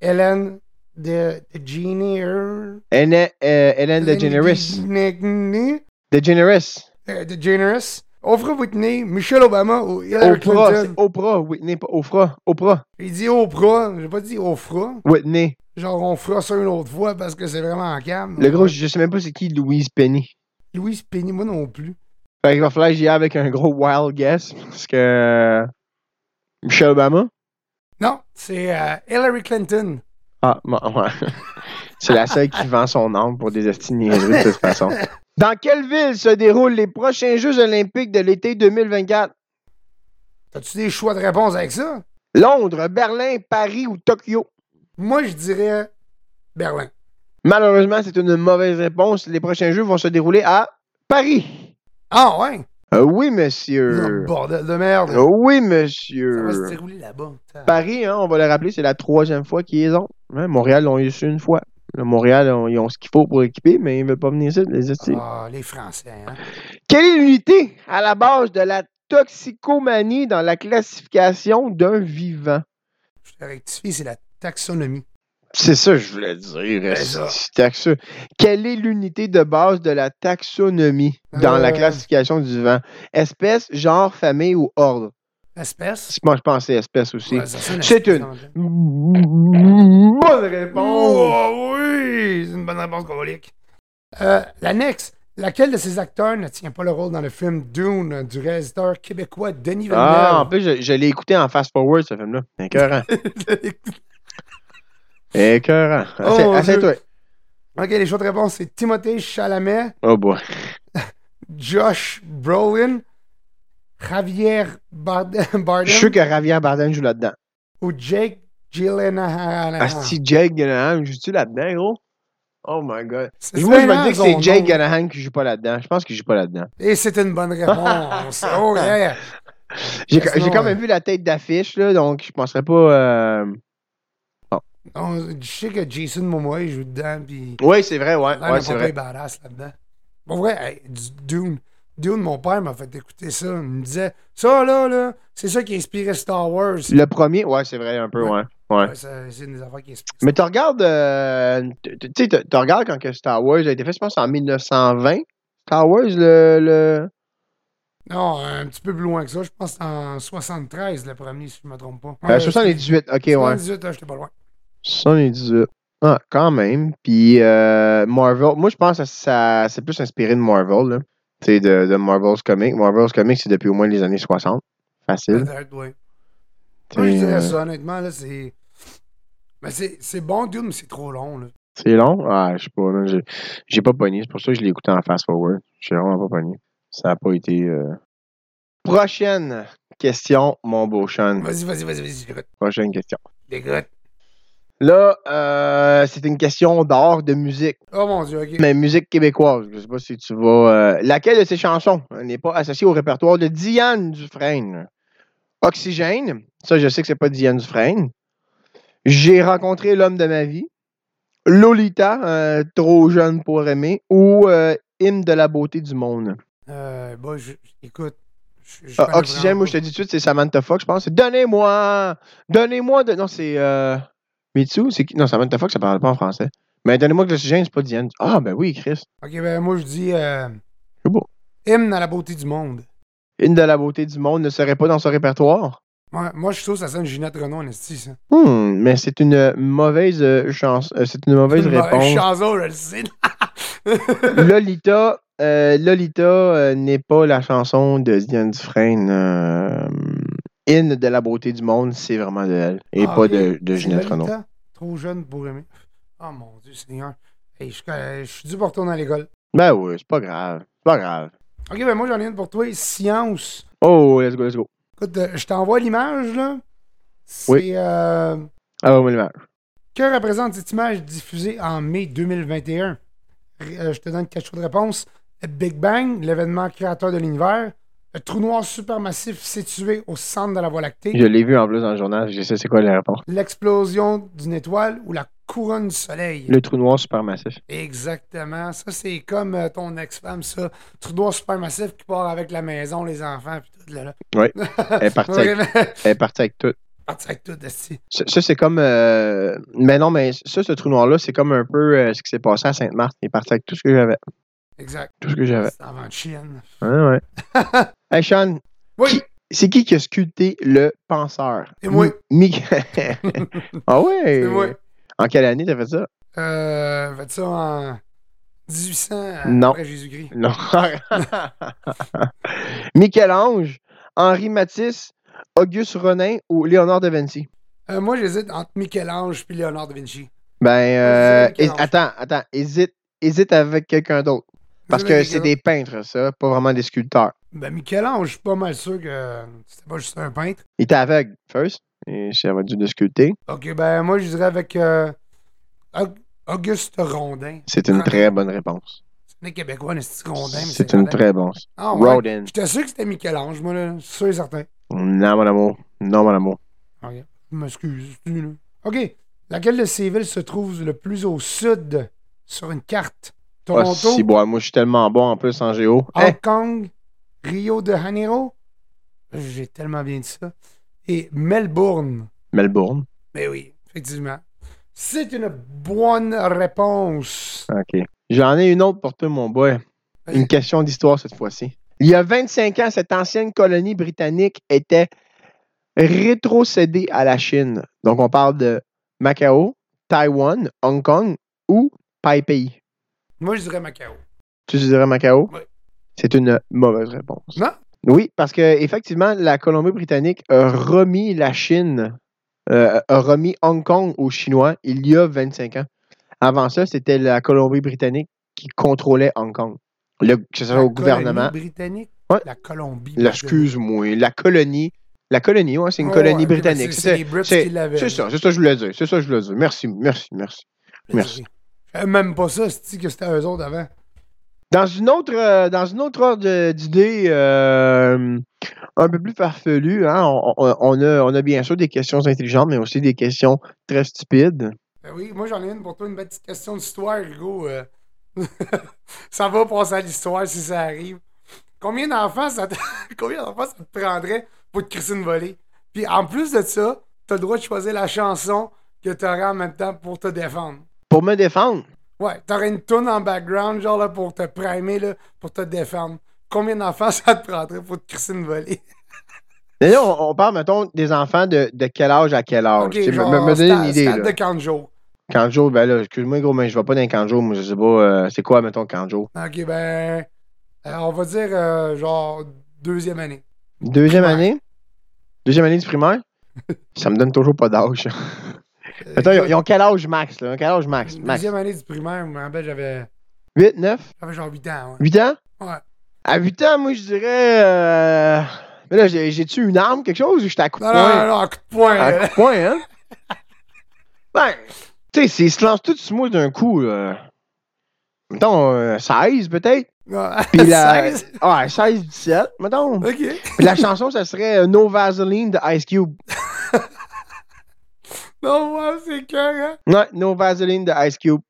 Speaker 3: Hélène de DeGeneres.
Speaker 1: Hélène euh, Hélène DeGeneres.
Speaker 3: DeGeneres.
Speaker 1: DeGeneres.
Speaker 3: Euh, DeGeneres. Oprah Whitney, Michelle Obama ou Hillary
Speaker 1: Oprah, c'est
Speaker 3: Clinton.
Speaker 1: Oprah, Whitney, pas Oprah, Oprah,
Speaker 3: Il dit Oprah, j'ai pas dit Oprah.
Speaker 1: Whitney.
Speaker 3: Genre, on fera ça une autre fois parce que c'est vraiment en calme.
Speaker 1: Le gros, je sais même pas c'est qui Louise Penny.
Speaker 3: Louise Penny, moi non plus.
Speaker 1: Fait qu'il va falloir que j'y aille avec un gros wild guess, parce que... euh, Michelle Obama?
Speaker 3: Non, c'est euh, Hillary Clinton.
Speaker 1: Ah, bon, ouais. C'est la seule qui vend son âme pour des estimés de toute façon. Dans quelle ville se déroulent les prochains Jeux olympiques de l'été 2024?
Speaker 3: T'as-tu des choix de réponse avec ça?
Speaker 1: Londres, Berlin, Paris ou Tokyo?
Speaker 3: Moi, je dirais Berlin.
Speaker 1: Malheureusement, c'est une mauvaise réponse. Les prochains Jeux vont se dérouler à Paris.
Speaker 3: Ah ouais?
Speaker 1: Euh, oui, monsieur.
Speaker 3: Oh, bordel de merde.
Speaker 1: Euh, oui,
Speaker 3: Ça va se
Speaker 1: monsieur.
Speaker 3: dérouler là-bas. putain.
Speaker 1: Paris, hein, on va le rappeler, c'est la troisième fois qu'ils ont. Hein, Montréal, on eu su une fois. Le Montréal, on- ils ont ce qu'il faut pour équiper, mais ils ne veulent pas venir ici, les estimes.
Speaker 3: Ah, les Français, hein.
Speaker 1: Quelle est l'unité à la base de la toxicomanie dans la classification d'un vivant?
Speaker 3: Je te rectifie, c'est la taxonomie.
Speaker 1: C'est ça que je voulais dire. esti,
Speaker 3: C'est ça.
Speaker 1: taxo- Ben, Quelle est l'unité de base de la taxonomie dans
Speaker 3: Euh.
Speaker 1: la classification du vivant? Espèce, genre, famille ou ordre?
Speaker 3: Espèce.
Speaker 1: Moi, je pense que c'est espèce aussi.
Speaker 3: Ouais, ça, une
Speaker 1: C'est
Speaker 3: espèce
Speaker 1: une.
Speaker 3: en anglais.
Speaker 1: Bonne réponse!
Speaker 3: Oh oui, c'est une bonne réponse, Golic. Euh, L'annexe. Laquelle de ces acteurs ne tient pas le rôle dans le film Dune du réalisateur québécois Denis Villeneuve?
Speaker 1: Ah, en plus, je, je l'ai écouté en fast-forward, ce film-là. Écœurant. Écœurant.
Speaker 3: Oh,
Speaker 1: Assez-
Speaker 3: mon
Speaker 1: Assieds-toi.
Speaker 3: ok, les choix de réponse, c'est Timothée Chalamet,
Speaker 1: Oh, boy.
Speaker 3: Josh Brolin, Javier Bardem, Bardem
Speaker 1: Je suis sûr que Javier Bardem joue là-dedans.
Speaker 3: ou Jake Gyllenhaal.
Speaker 1: Asti, Jake Gyllenhaal joue-tu là-dedans, gros? Oh my god.
Speaker 3: C'est
Speaker 1: Moi, je
Speaker 3: gênant,
Speaker 1: me dis que
Speaker 3: son
Speaker 1: c'est Jake
Speaker 3: nom.
Speaker 1: Gyllenhaal qui joue pas là-dedans. Je pense qu'il joue pas là-dedans.
Speaker 3: Et c'est une bonne réponse. oh yeah.
Speaker 1: J'ai
Speaker 3: Parce que
Speaker 1: j'ai
Speaker 3: non,
Speaker 1: quand même vu la tête d'affiche, là, donc je penserais pas. euh,
Speaker 3: On- je sais que Jason Momoa il joue dedans, puis
Speaker 1: Oui, c'est vrai, ouais.
Speaker 3: il a l'air
Speaker 1: ouais
Speaker 3: d'un
Speaker 1: c'est
Speaker 3: pas
Speaker 1: vrai.
Speaker 3: bien badass là-dedans. Bon vrai, hey, du- Dune. Dune, mon père m'a fait écouter ça. Il me disait, ça là, là, c'est ça qui a inspiré Star Wars.
Speaker 1: Le premier, ouais, c'est vrai, un peu, ouais. ouais.
Speaker 3: Ouais, ça- c'est une des affaires qui inspire.
Speaker 1: Mais tu regardes, euh, tu tu sais, tu tu regardes quand que Star Wars a été fait, je pense en 1920. Star Wars, le, le-
Speaker 3: Non, un petit peu plus loin que ça. Je pense que c'est en 73, le premier, si je ne me trompe pas.
Speaker 1: euh, 78, ok, ouais.
Speaker 3: 78, là, j'étais pas loin.
Speaker 1: 78. Ah, quand même. Puis euh, Marvel, moi je pense que ça c'est plus inspiré de Marvel, là. Tu sais, de, de Marvel's Comics. Marvel's Comics, c'est depuis au moins les années 60. Facile.
Speaker 3: Peut-être, ouais.
Speaker 1: Tu
Speaker 3: Moi, je
Speaker 1: sais,
Speaker 3: dirais
Speaker 1: euh,
Speaker 3: ça, honnêtement, là, c'est. Mais c'est c'est bon, Dune, mais c'est trop long, là.
Speaker 1: C'est long? Ah, je sais pas. man, j'ai- J'ai pas pogné. C'est pour ça que je l'ai écouté en fast-forward. J'ai vraiment pas pogné. Ça a pas été. euh. Prochaine question, mon beau Sean.
Speaker 3: Vas-y, vas-y, vas-y, vas-y, j'écoute.
Speaker 1: Prochaine question.
Speaker 3: J'écoute.
Speaker 1: Là, euh, c'est une question d'art, de musique,
Speaker 3: Oh mon dieu, ok.
Speaker 1: mais musique québécoise. Je sais pas si tu vas. euh, Laquelle de ces chansons euh, n'est pas associée au répertoire de Diane Dufresne Oxygène, ça je sais que c'est pas Diane Dufresne. J'ai rencontré l'homme de ma vie. Lolita, euh, trop jeune pour aimer, ou euh, hymne de la beauté du monde.
Speaker 3: Euh, bon, je- je- écoute. je- je
Speaker 1: Euh,
Speaker 3: connais
Speaker 1: Oxygène,
Speaker 3: vraiment
Speaker 1: moi je te
Speaker 3: pas.
Speaker 1: dis tout de suite, c'est Samantha Fox, je pense. C'est Donnez-moi! Donnez-moi! de- Non, c'est. Euh... Mitsu? C'est qui? Non, Samantha Fox, ça parle pas en français. Mais donnez-moi que l'oxygène, c'est pas Diane. Ah, ben oui, Chris.
Speaker 3: Ok, ben, moi, je dis. Euh,
Speaker 1: C'est beau.
Speaker 3: Hymne à la beauté du monde.
Speaker 1: Une de la beauté du monde ne serait pas dans son répertoire.
Speaker 3: Moi, moi, je trouve ça sonne Ginette Renault, en esti, ça.
Speaker 1: Hmm, mais c'est une mauvaise euh, chance. euh, c'est une mauvaise
Speaker 3: Une mauvaise
Speaker 1: réponse.
Speaker 3: chanson, je le sais.
Speaker 1: Lolita, euh, Lolita euh, n'est pas la chanson de Diane Dufresne. euh, Hymne de la beauté du monde, c'est vraiment de elle. Et
Speaker 3: Ah,
Speaker 1: pas
Speaker 3: ok.
Speaker 1: de, de
Speaker 3: C'est
Speaker 1: Ginette
Speaker 3: Lolita,
Speaker 1: Renaud.
Speaker 3: Trop jeune pour aimer. Oh mon Dieu, Seigneur. Hey, je, connais- je suis dû pour retourner à l'école.
Speaker 1: Ben oui, c'est pas grave. C'est pas grave.
Speaker 3: Ok, ben moi j'en ai une pour toi. Science.
Speaker 1: Oh, let's go, let's go.
Speaker 3: Écoute, euh, je t'envoie l'image là. C'est.
Speaker 1: Oui.
Speaker 3: euh,
Speaker 1: Ah, ouais, l'image.
Speaker 3: que représente cette image diffusée en mai 2021 Ré- euh, Je te donne quatre choix de réponse. Le Big Bang, l'événement créateur de l'univers. Le trou noir supermassif situé au centre de la Voie lactée.
Speaker 1: Je l'ai vu en plus dans le journal. Je sais c'est quoi la réponse.
Speaker 3: L'explosion d'une étoile ou la couronne du soleil.
Speaker 1: Le trou noir supermassif.
Speaker 3: Exactement. Ça, c'est comme euh, ton ex-femme, ça. Trudeau supermassif qui part avec la maison, les enfants, puis tout. Là, là.
Speaker 1: Ouais. Elle est partie avec,
Speaker 3: Vraiment.
Speaker 1: elle est partie avec tout.
Speaker 3: Parti avec tout, esti.
Speaker 1: Ça, ça, c'est comme. euh, Mais non, mais ça, ce trou noir-là, c'est comme un peu euh, ce qui s'est passé à Sainte-Marthe. Il est parti avec tout ce que j'avais.
Speaker 3: Exact.
Speaker 1: Tout ce que j'avais.
Speaker 3: C'est en vente chienne.
Speaker 1: Ouais, ouais. hey, Sean.
Speaker 3: Oui.
Speaker 1: qui- C'est qui qui a sculpté le penseur?
Speaker 3: C'est moi.
Speaker 1: Mi- Mi- ah ouais?
Speaker 3: C'est moi.
Speaker 1: En quelle année t'as fait ça?
Speaker 3: Euh, faites ça en 1800
Speaker 1: Non.
Speaker 3: après Jésus-Christ.
Speaker 1: Non. Michel-Ange, Henri Matisse, Auguste Renin ou Léonard de Vinci?
Speaker 3: Euh, moi, j'hésite entre Michel-Ange puis Léonard da Vinci.
Speaker 1: Ben, euh,
Speaker 3: Vas-y, Michel-Ange.
Speaker 1: hés- attends, attends, hésite, hésite avec quelqu'un d'autre. Parce que c'est des peintres, ça, pas vraiment des sculpteurs.
Speaker 3: Ben, Michel-Ange, je suis pas mal sûr que c'était pas juste un peintre.
Speaker 1: Il était aveugle, first, et j'avais dû le sculpter.
Speaker 3: Ok, ben, moi, je dirais avec euh, Aug- Auguste Rondin.
Speaker 1: C'est une
Speaker 3: Ah.
Speaker 1: très bonne réponse.
Speaker 3: C'est Les Québécois, c'est qu'on aime.
Speaker 1: C'est une
Speaker 3: malade.
Speaker 1: très bonne.
Speaker 3: Ah, ouais.
Speaker 1: Rodin.
Speaker 3: J'étais sûr que c'était Michel-Ange, moi, là. Sûr et certain.
Speaker 1: Non, mon amour. Non, mon amour.
Speaker 3: Ok. Je m'excuse. c'est nul, là. OK. Laquelle de ces villes se trouve le plus au sud sur une carte?
Speaker 1: Ah,
Speaker 3: Toronto, Ah.
Speaker 1: si, boy, moi, je suis tellement bon en plus en géo.
Speaker 3: Hong
Speaker 1: Hein?
Speaker 3: Kong, Rio de Janeiro. J'ai tellement bien dit ça. Et Melbourne.
Speaker 1: Melbourne.
Speaker 3: Mais oui, effectivement. C'est une bonne réponse.
Speaker 1: OK. J'en ai une autre pour toi, mon boy. Une question d'histoire cette fois-ci. Il y a 25 ans, cette ancienne colonie britannique était rétrocédée à la Chine. Donc, on parle de Macao, Taïwan, Hong Kong ou Taipei.
Speaker 3: Moi, je dirais Macao.
Speaker 1: Tu dirais Macao?
Speaker 3: Oui.
Speaker 1: C'est une mauvaise réponse.
Speaker 3: Non?
Speaker 1: Oui, parce que effectivement, la Colombie-Britannique a remis la Chine, euh, a remis Hong Kong aux Chinois il y a 25 ans. Avant ça, c'était la Colombie-Britannique qui contrôlait Hong Kong. Le, que ce soit
Speaker 3: La
Speaker 1: au gouvernement.
Speaker 3: colonie britannique?
Speaker 1: Ouais.
Speaker 3: La Colombie.
Speaker 1: L'excuse-moi, la colonie. La colonie, ouais, c'est une
Speaker 3: Ouais,
Speaker 1: colonie
Speaker 3: ouais, ok,
Speaker 1: britannique.
Speaker 3: ben, C'est
Speaker 1: C'est-
Speaker 3: c'est les Brits
Speaker 1: c'est-
Speaker 3: qui l'avaient.
Speaker 1: C'est ça, c'est ça que je voulais dire. C'est ça que je voulais dire. Merci, merci, merci. Merci.
Speaker 3: Je savais Euh, Même pas ça, cest que c'était eux autres avant?
Speaker 1: Dans une autre, euh, dans une autre ordre de- d'idées euh, un peu plus farfelue, hein, on, on- on a, on a bien sûr des questions intelligentes, mais aussi des questions très stupides.
Speaker 3: Ben oui, moi j'en ai une pour toi, une belle petite question d'histoire, Hugo. euh. ça va passer à l'histoire si ça arrive. Combien d'enfants ça te... Combien d'enfants ça te prendrait pour te crisser une volée? Puis en plus de ça, t'as le droit de choisir la chanson que t'aurais en même temps pour te défendre.
Speaker 1: Pour me défendre,
Speaker 3: Ouais, t'aurais une toune en background, genre là, pour te primer, là, pour te défendre. Combien d'enfants ça te prendrait pour te crisser une volée?
Speaker 1: mais là, on, on parle, mettons, des enfants de, de quel âge à quel âge.
Speaker 3: Ok,
Speaker 1: Tu sais, Ah, me-
Speaker 3: genre,
Speaker 1: me, me donner
Speaker 3: stade-
Speaker 1: une idée.
Speaker 3: stade de
Speaker 1: Là.
Speaker 3: Kanjo.
Speaker 1: Kanjo, ben là, excuse-moi, gros, mais je vais pas dans les Kanjo, moi, je sais pas, euh, c'est quoi, mettons, Kanjo.
Speaker 3: Ok, ben. euh, on va dire, euh, genre, deuxième année.
Speaker 1: Deuxième
Speaker 3: Primaire.
Speaker 1: année? Deuxième année du primaire? Ça me donne toujours pas d'âge.
Speaker 3: Euh,
Speaker 1: Attends, ils ont-
Speaker 3: écoute,
Speaker 1: ils ont quel âge max, là? Ils ont Quel âge max? max?
Speaker 3: Deuxième année du primaire, je me rappelle, j'avais,
Speaker 1: 8, 9,
Speaker 3: j'avais genre 8 ans. ouais.
Speaker 1: 8 ans?
Speaker 3: Ouais.
Speaker 1: À 8 ans, moi, je dirais. euh, Mais là, j'ai- j'ai-tu une arme, quelque chose, ou j'étais à coup de
Speaker 3: Non, non, non,
Speaker 1: poing?
Speaker 3: non, un coup de poing.
Speaker 1: À coup
Speaker 3: là.
Speaker 1: de poing, hein? ben, tu sais, s'ils se lancent tous sur moi d'un coup, là. Mettons, euh, 16 peut-être.
Speaker 3: Ouais.
Speaker 1: Puis la. Ah,
Speaker 3: 16.
Speaker 1: Ouais, 16, 17, mettons.
Speaker 3: Ok.
Speaker 1: Puis la chanson, ça serait euh, No Vaseline de Ice Cube.
Speaker 3: Non, ouais, c'est cœur, hein.
Speaker 1: Ouais, No Vaseline de Ice Cube.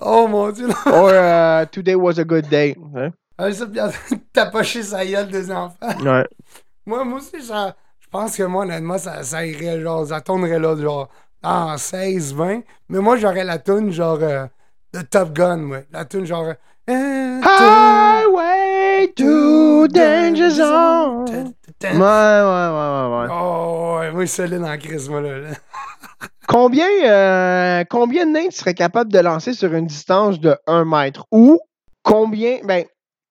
Speaker 3: Oh mon dieu, non.
Speaker 1: Or euh, Today was a good day. Hein?
Speaker 3: Ah, ça, puis en train de tapocher sa gueule des enfants.
Speaker 1: Ouais.
Speaker 3: Moi, moi aussi, ça, je pense que moi, honnêtement, ça, ça irait, genre, ça tournerait là, genre, en 16, 20. Mais moi, j'aurais la toune, genre, euh, de Top Gun, ouais. La toune, genre. euh,
Speaker 1: Highway to Danger Zone. Ouais, ouais, ouais, ouais, ouais.
Speaker 3: Oh, ouais, moi, c'est là dans la crise, moi, là. là.
Speaker 1: Combien, euh, combien de nains tu serais capable de lancer sur une distance de 1 mètre? Ou combien, ben,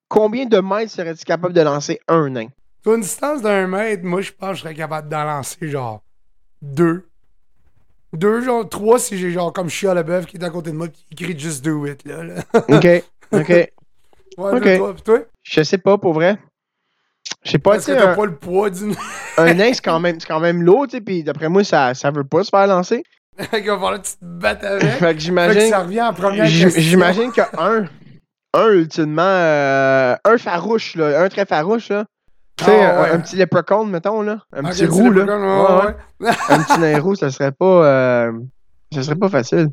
Speaker 1: combien de mètres serais-tu capable de lancer un nain?
Speaker 3: Sur une distance d'un mètre, moi, je pense que je serais capable d'en lancer, genre, deux. Deux, genre, trois si j'ai, genre, comme Chia Leboeuf qui est à côté de moi, qui écrit Just Do It, là. là.
Speaker 1: OK. OK.
Speaker 3: Ouais,
Speaker 1: Ok.
Speaker 3: deux, trois, pis toi?
Speaker 1: Je sais pas, pour vrai. Je sais pas, tu
Speaker 3: Parce que
Speaker 1: sais, euh,
Speaker 3: t'as
Speaker 1: un,
Speaker 3: pas le poids du.
Speaker 1: un nain, c'est quand même, c'est quand même lourd, tu sais, puis d'après moi, ça, ça veut pas se faire lancer.
Speaker 3: Fait qu'il va falloir que tu te battes avec.
Speaker 1: Fait que
Speaker 3: Fait que
Speaker 1: j'imagine.
Speaker 3: ça revient en première
Speaker 1: J'im-
Speaker 3: question.
Speaker 1: J'imagine que un, un ultimement, euh, un farouche, là, un très farouche, là. Tu sais,
Speaker 3: Ah,
Speaker 1: un-
Speaker 3: ouais.
Speaker 1: un, petit leprechaun, mettons, là. Un
Speaker 3: Ok,
Speaker 1: petit roux, là.
Speaker 3: leprechaun,
Speaker 1: Ouais,
Speaker 3: ouais,
Speaker 1: ouais.
Speaker 3: ouais.
Speaker 1: un petit nain roux, ça serait pas. euh, ça serait pas facile.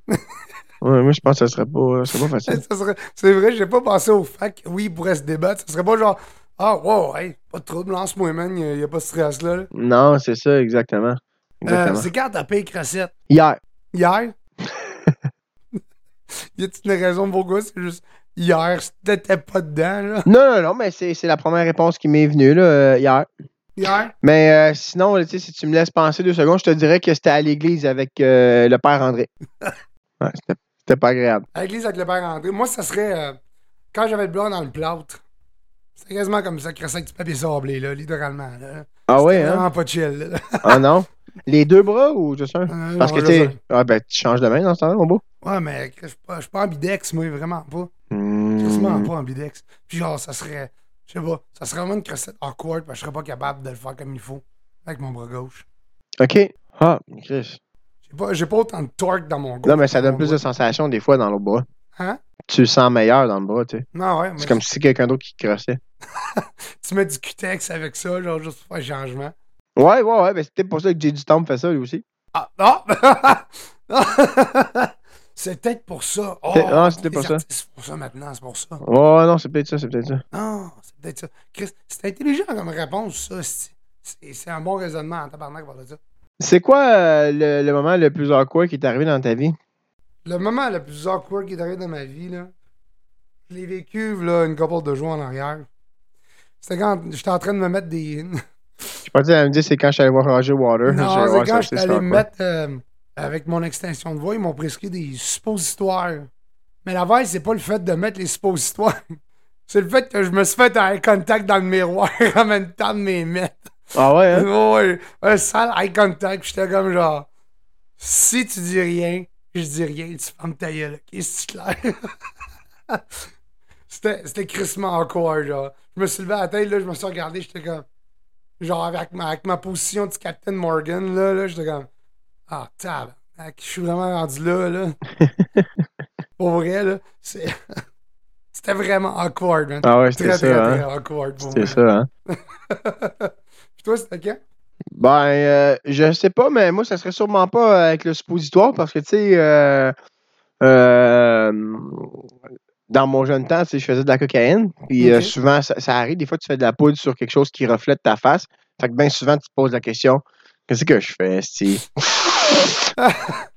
Speaker 1: Ouais, moi, je pense que ça serait pas, ça serait pas facile.
Speaker 3: Ça serait- C'est vrai, j'ai pas pensé au fac. Oui, il pourrait se débattre. Ça serait pas genre, ah, wow, hey, pas de trouble, lance-moi, man, y a, y a pas de stress là. là.
Speaker 1: Non, c'est ça, exactement.
Speaker 3: Euh,
Speaker 1: Exactement.
Speaker 3: c'est quand t'as payé Crassette?
Speaker 1: Hier.
Speaker 3: Hier? y a-t-il une raison pourquoi c'est juste hier, t'étais pas dedans, là?
Speaker 1: Non, non, non, mais c'est c'est la première réponse qui m'est venue, là, euh, hier.
Speaker 3: Hier?
Speaker 1: Mais euh, sinon, tu sais, si tu me laisses penser deux secondes, je te dirais que c'était à l'église avec euh, le père André. Ouais, c'était- c'était pas agréable.
Speaker 3: À l'église avec le père André. Moi, ça serait euh, quand j'avais le blanc dans le plâtre. C'était quasiment comme ça, Crassette avec du papier sablé, là, littéralement. Là.
Speaker 1: Ah ouais,
Speaker 3: C'était
Speaker 1: hein?
Speaker 3: vraiment pas chill, là.
Speaker 1: Ah non? Les deux bras ou juste un?
Speaker 3: Euh,
Speaker 1: Parce que
Speaker 3: genre,
Speaker 1: t'es.
Speaker 3: là,
Speaker 1: Ah ben, tu changes de main dans ce temps-là, mon beau?
Speaker 3: ça- Ouais, mais je suis pas, je suis pas ambidex, moi, vraiment pas. Quasiment
Speaker 1: Mmh.
Speaker 3: pas ambidex. Puis genre, ça serait, je sais pas, ça serait vraiment une Crassette awkward, parce que je serais pas capable de le faire comme il faut, avec mon bras gauche.
Speaker 1: OK. Ah, Chris.
Speaker 3: J'ai pas, j'ai pas autant de torque dans mon goût.
Speaker 1: Non, mais ça donne plus de sensations des fois dans l'autre bras.
Speaker 3: Hein?
Speaker 1: tu le sens meilleur dans le bras, tu sais.
Speaker 3: Non, ouais,
Speaker 1: C'est
Speaker 3: mais
Speaker 1: comme si c'était quelqu'un d'autre qui crossait.
Speaker 3: tu mets du cutex avec ça, genre juste pour faire un changement.
Speaker 1: Ouais, ouais, ouais, ben c'était pour ça que J. du Temple fait ça lui aussi.
Speaker 3: Ah, non! Non. c'est peut-être pour ça. Oh,
Speaker 1: C'est- ah, c'était
Speaker 3: les
Speaker 1: pour ça.
Speaker 3: artistes font ça maintenant, c'est pour ça.
Speaker 1: Ouais, non, c'est peut-être ça, c'est peut-être ça.
Speaker 3: Non, c'est peut-être ça. Chris, c'est intelligent comme réponse, ça. c'est- C'est c'est un bon raisonnement en tabarnak par ça.
Speaker 1: C'est quoi euh, le, le moment le plus awkward qui est arrivé dans ta vie?
Speaker 3: Le moment le plus awkward qui est arrivé dans ma vie, là, je l'ai vécu là, une couple de jours en arrière. C'était quand j'étais en train de me mettre des.
Speaker 1: Je pensais qu'elle me dire c'est quand je suis allé voir Roger Waters.
Speaker 3: Non,
Speaker 1: Je vais voir
Speaker 3: c'est quand
Speaker 1: ça,
Speaker 3: je suis
Speaker 1: ça,
Speaker 3: allé
Speaker 1: quoi.
Speaker 3: me mettre euh, avec mon extension de voix, ils m'ont prescrit des suppositoires. Mais la veille, c'est pas le fait de mettre les suppositoires. C'est le fait que je me suis fait un eye contact dans le miroir en même temps de mes mettre.
Speaker 1: Ah ouais, hein?
Speaker 3: Ouais, un sale eye contact. puis J'étais comme genre, si tu dis rien, je dis rien, tu fermes ta gueule. ok? C'est clair. c'était, c'était crissement awkward, genre. Je me suis levé à la tête, là, je me suis regardé, j'étais comme, genre, avec ma, avec ma position du Captain Morgan, là, là j'étais comme, ah, tab, je suis vraiment rendu là, là. pour vrai, là, c'est- c'était vraiment awkward, man.
Speaker 1: Ah ouais, c'était
Speaker 3: Très, très,
Speaker 1: ça, hein?
Speaker 3: très awkward pour
Speaker 1: C'était
Speaker 3: moi.
Speaker 1: ça, hein?
Speaker 3: Puis toi, c'était quand?
Speaker 1: Ben, euh, je sais pas, mais moi, ça serait sûrement pas avec le suppositoire parce que, tu sais, euh, euh, dans mon jeune temps, tu sais, je faisais de la cocaïne. Puis
Speaker 3: Ok.
Speaker 1: euh, souvent, ça, ça arrive, des fois, tu fais de la poudre sur quelque chose qui reflète ta face. Fait que, ben, souvent, tu te poses la question Qu'est-ce que je fais, si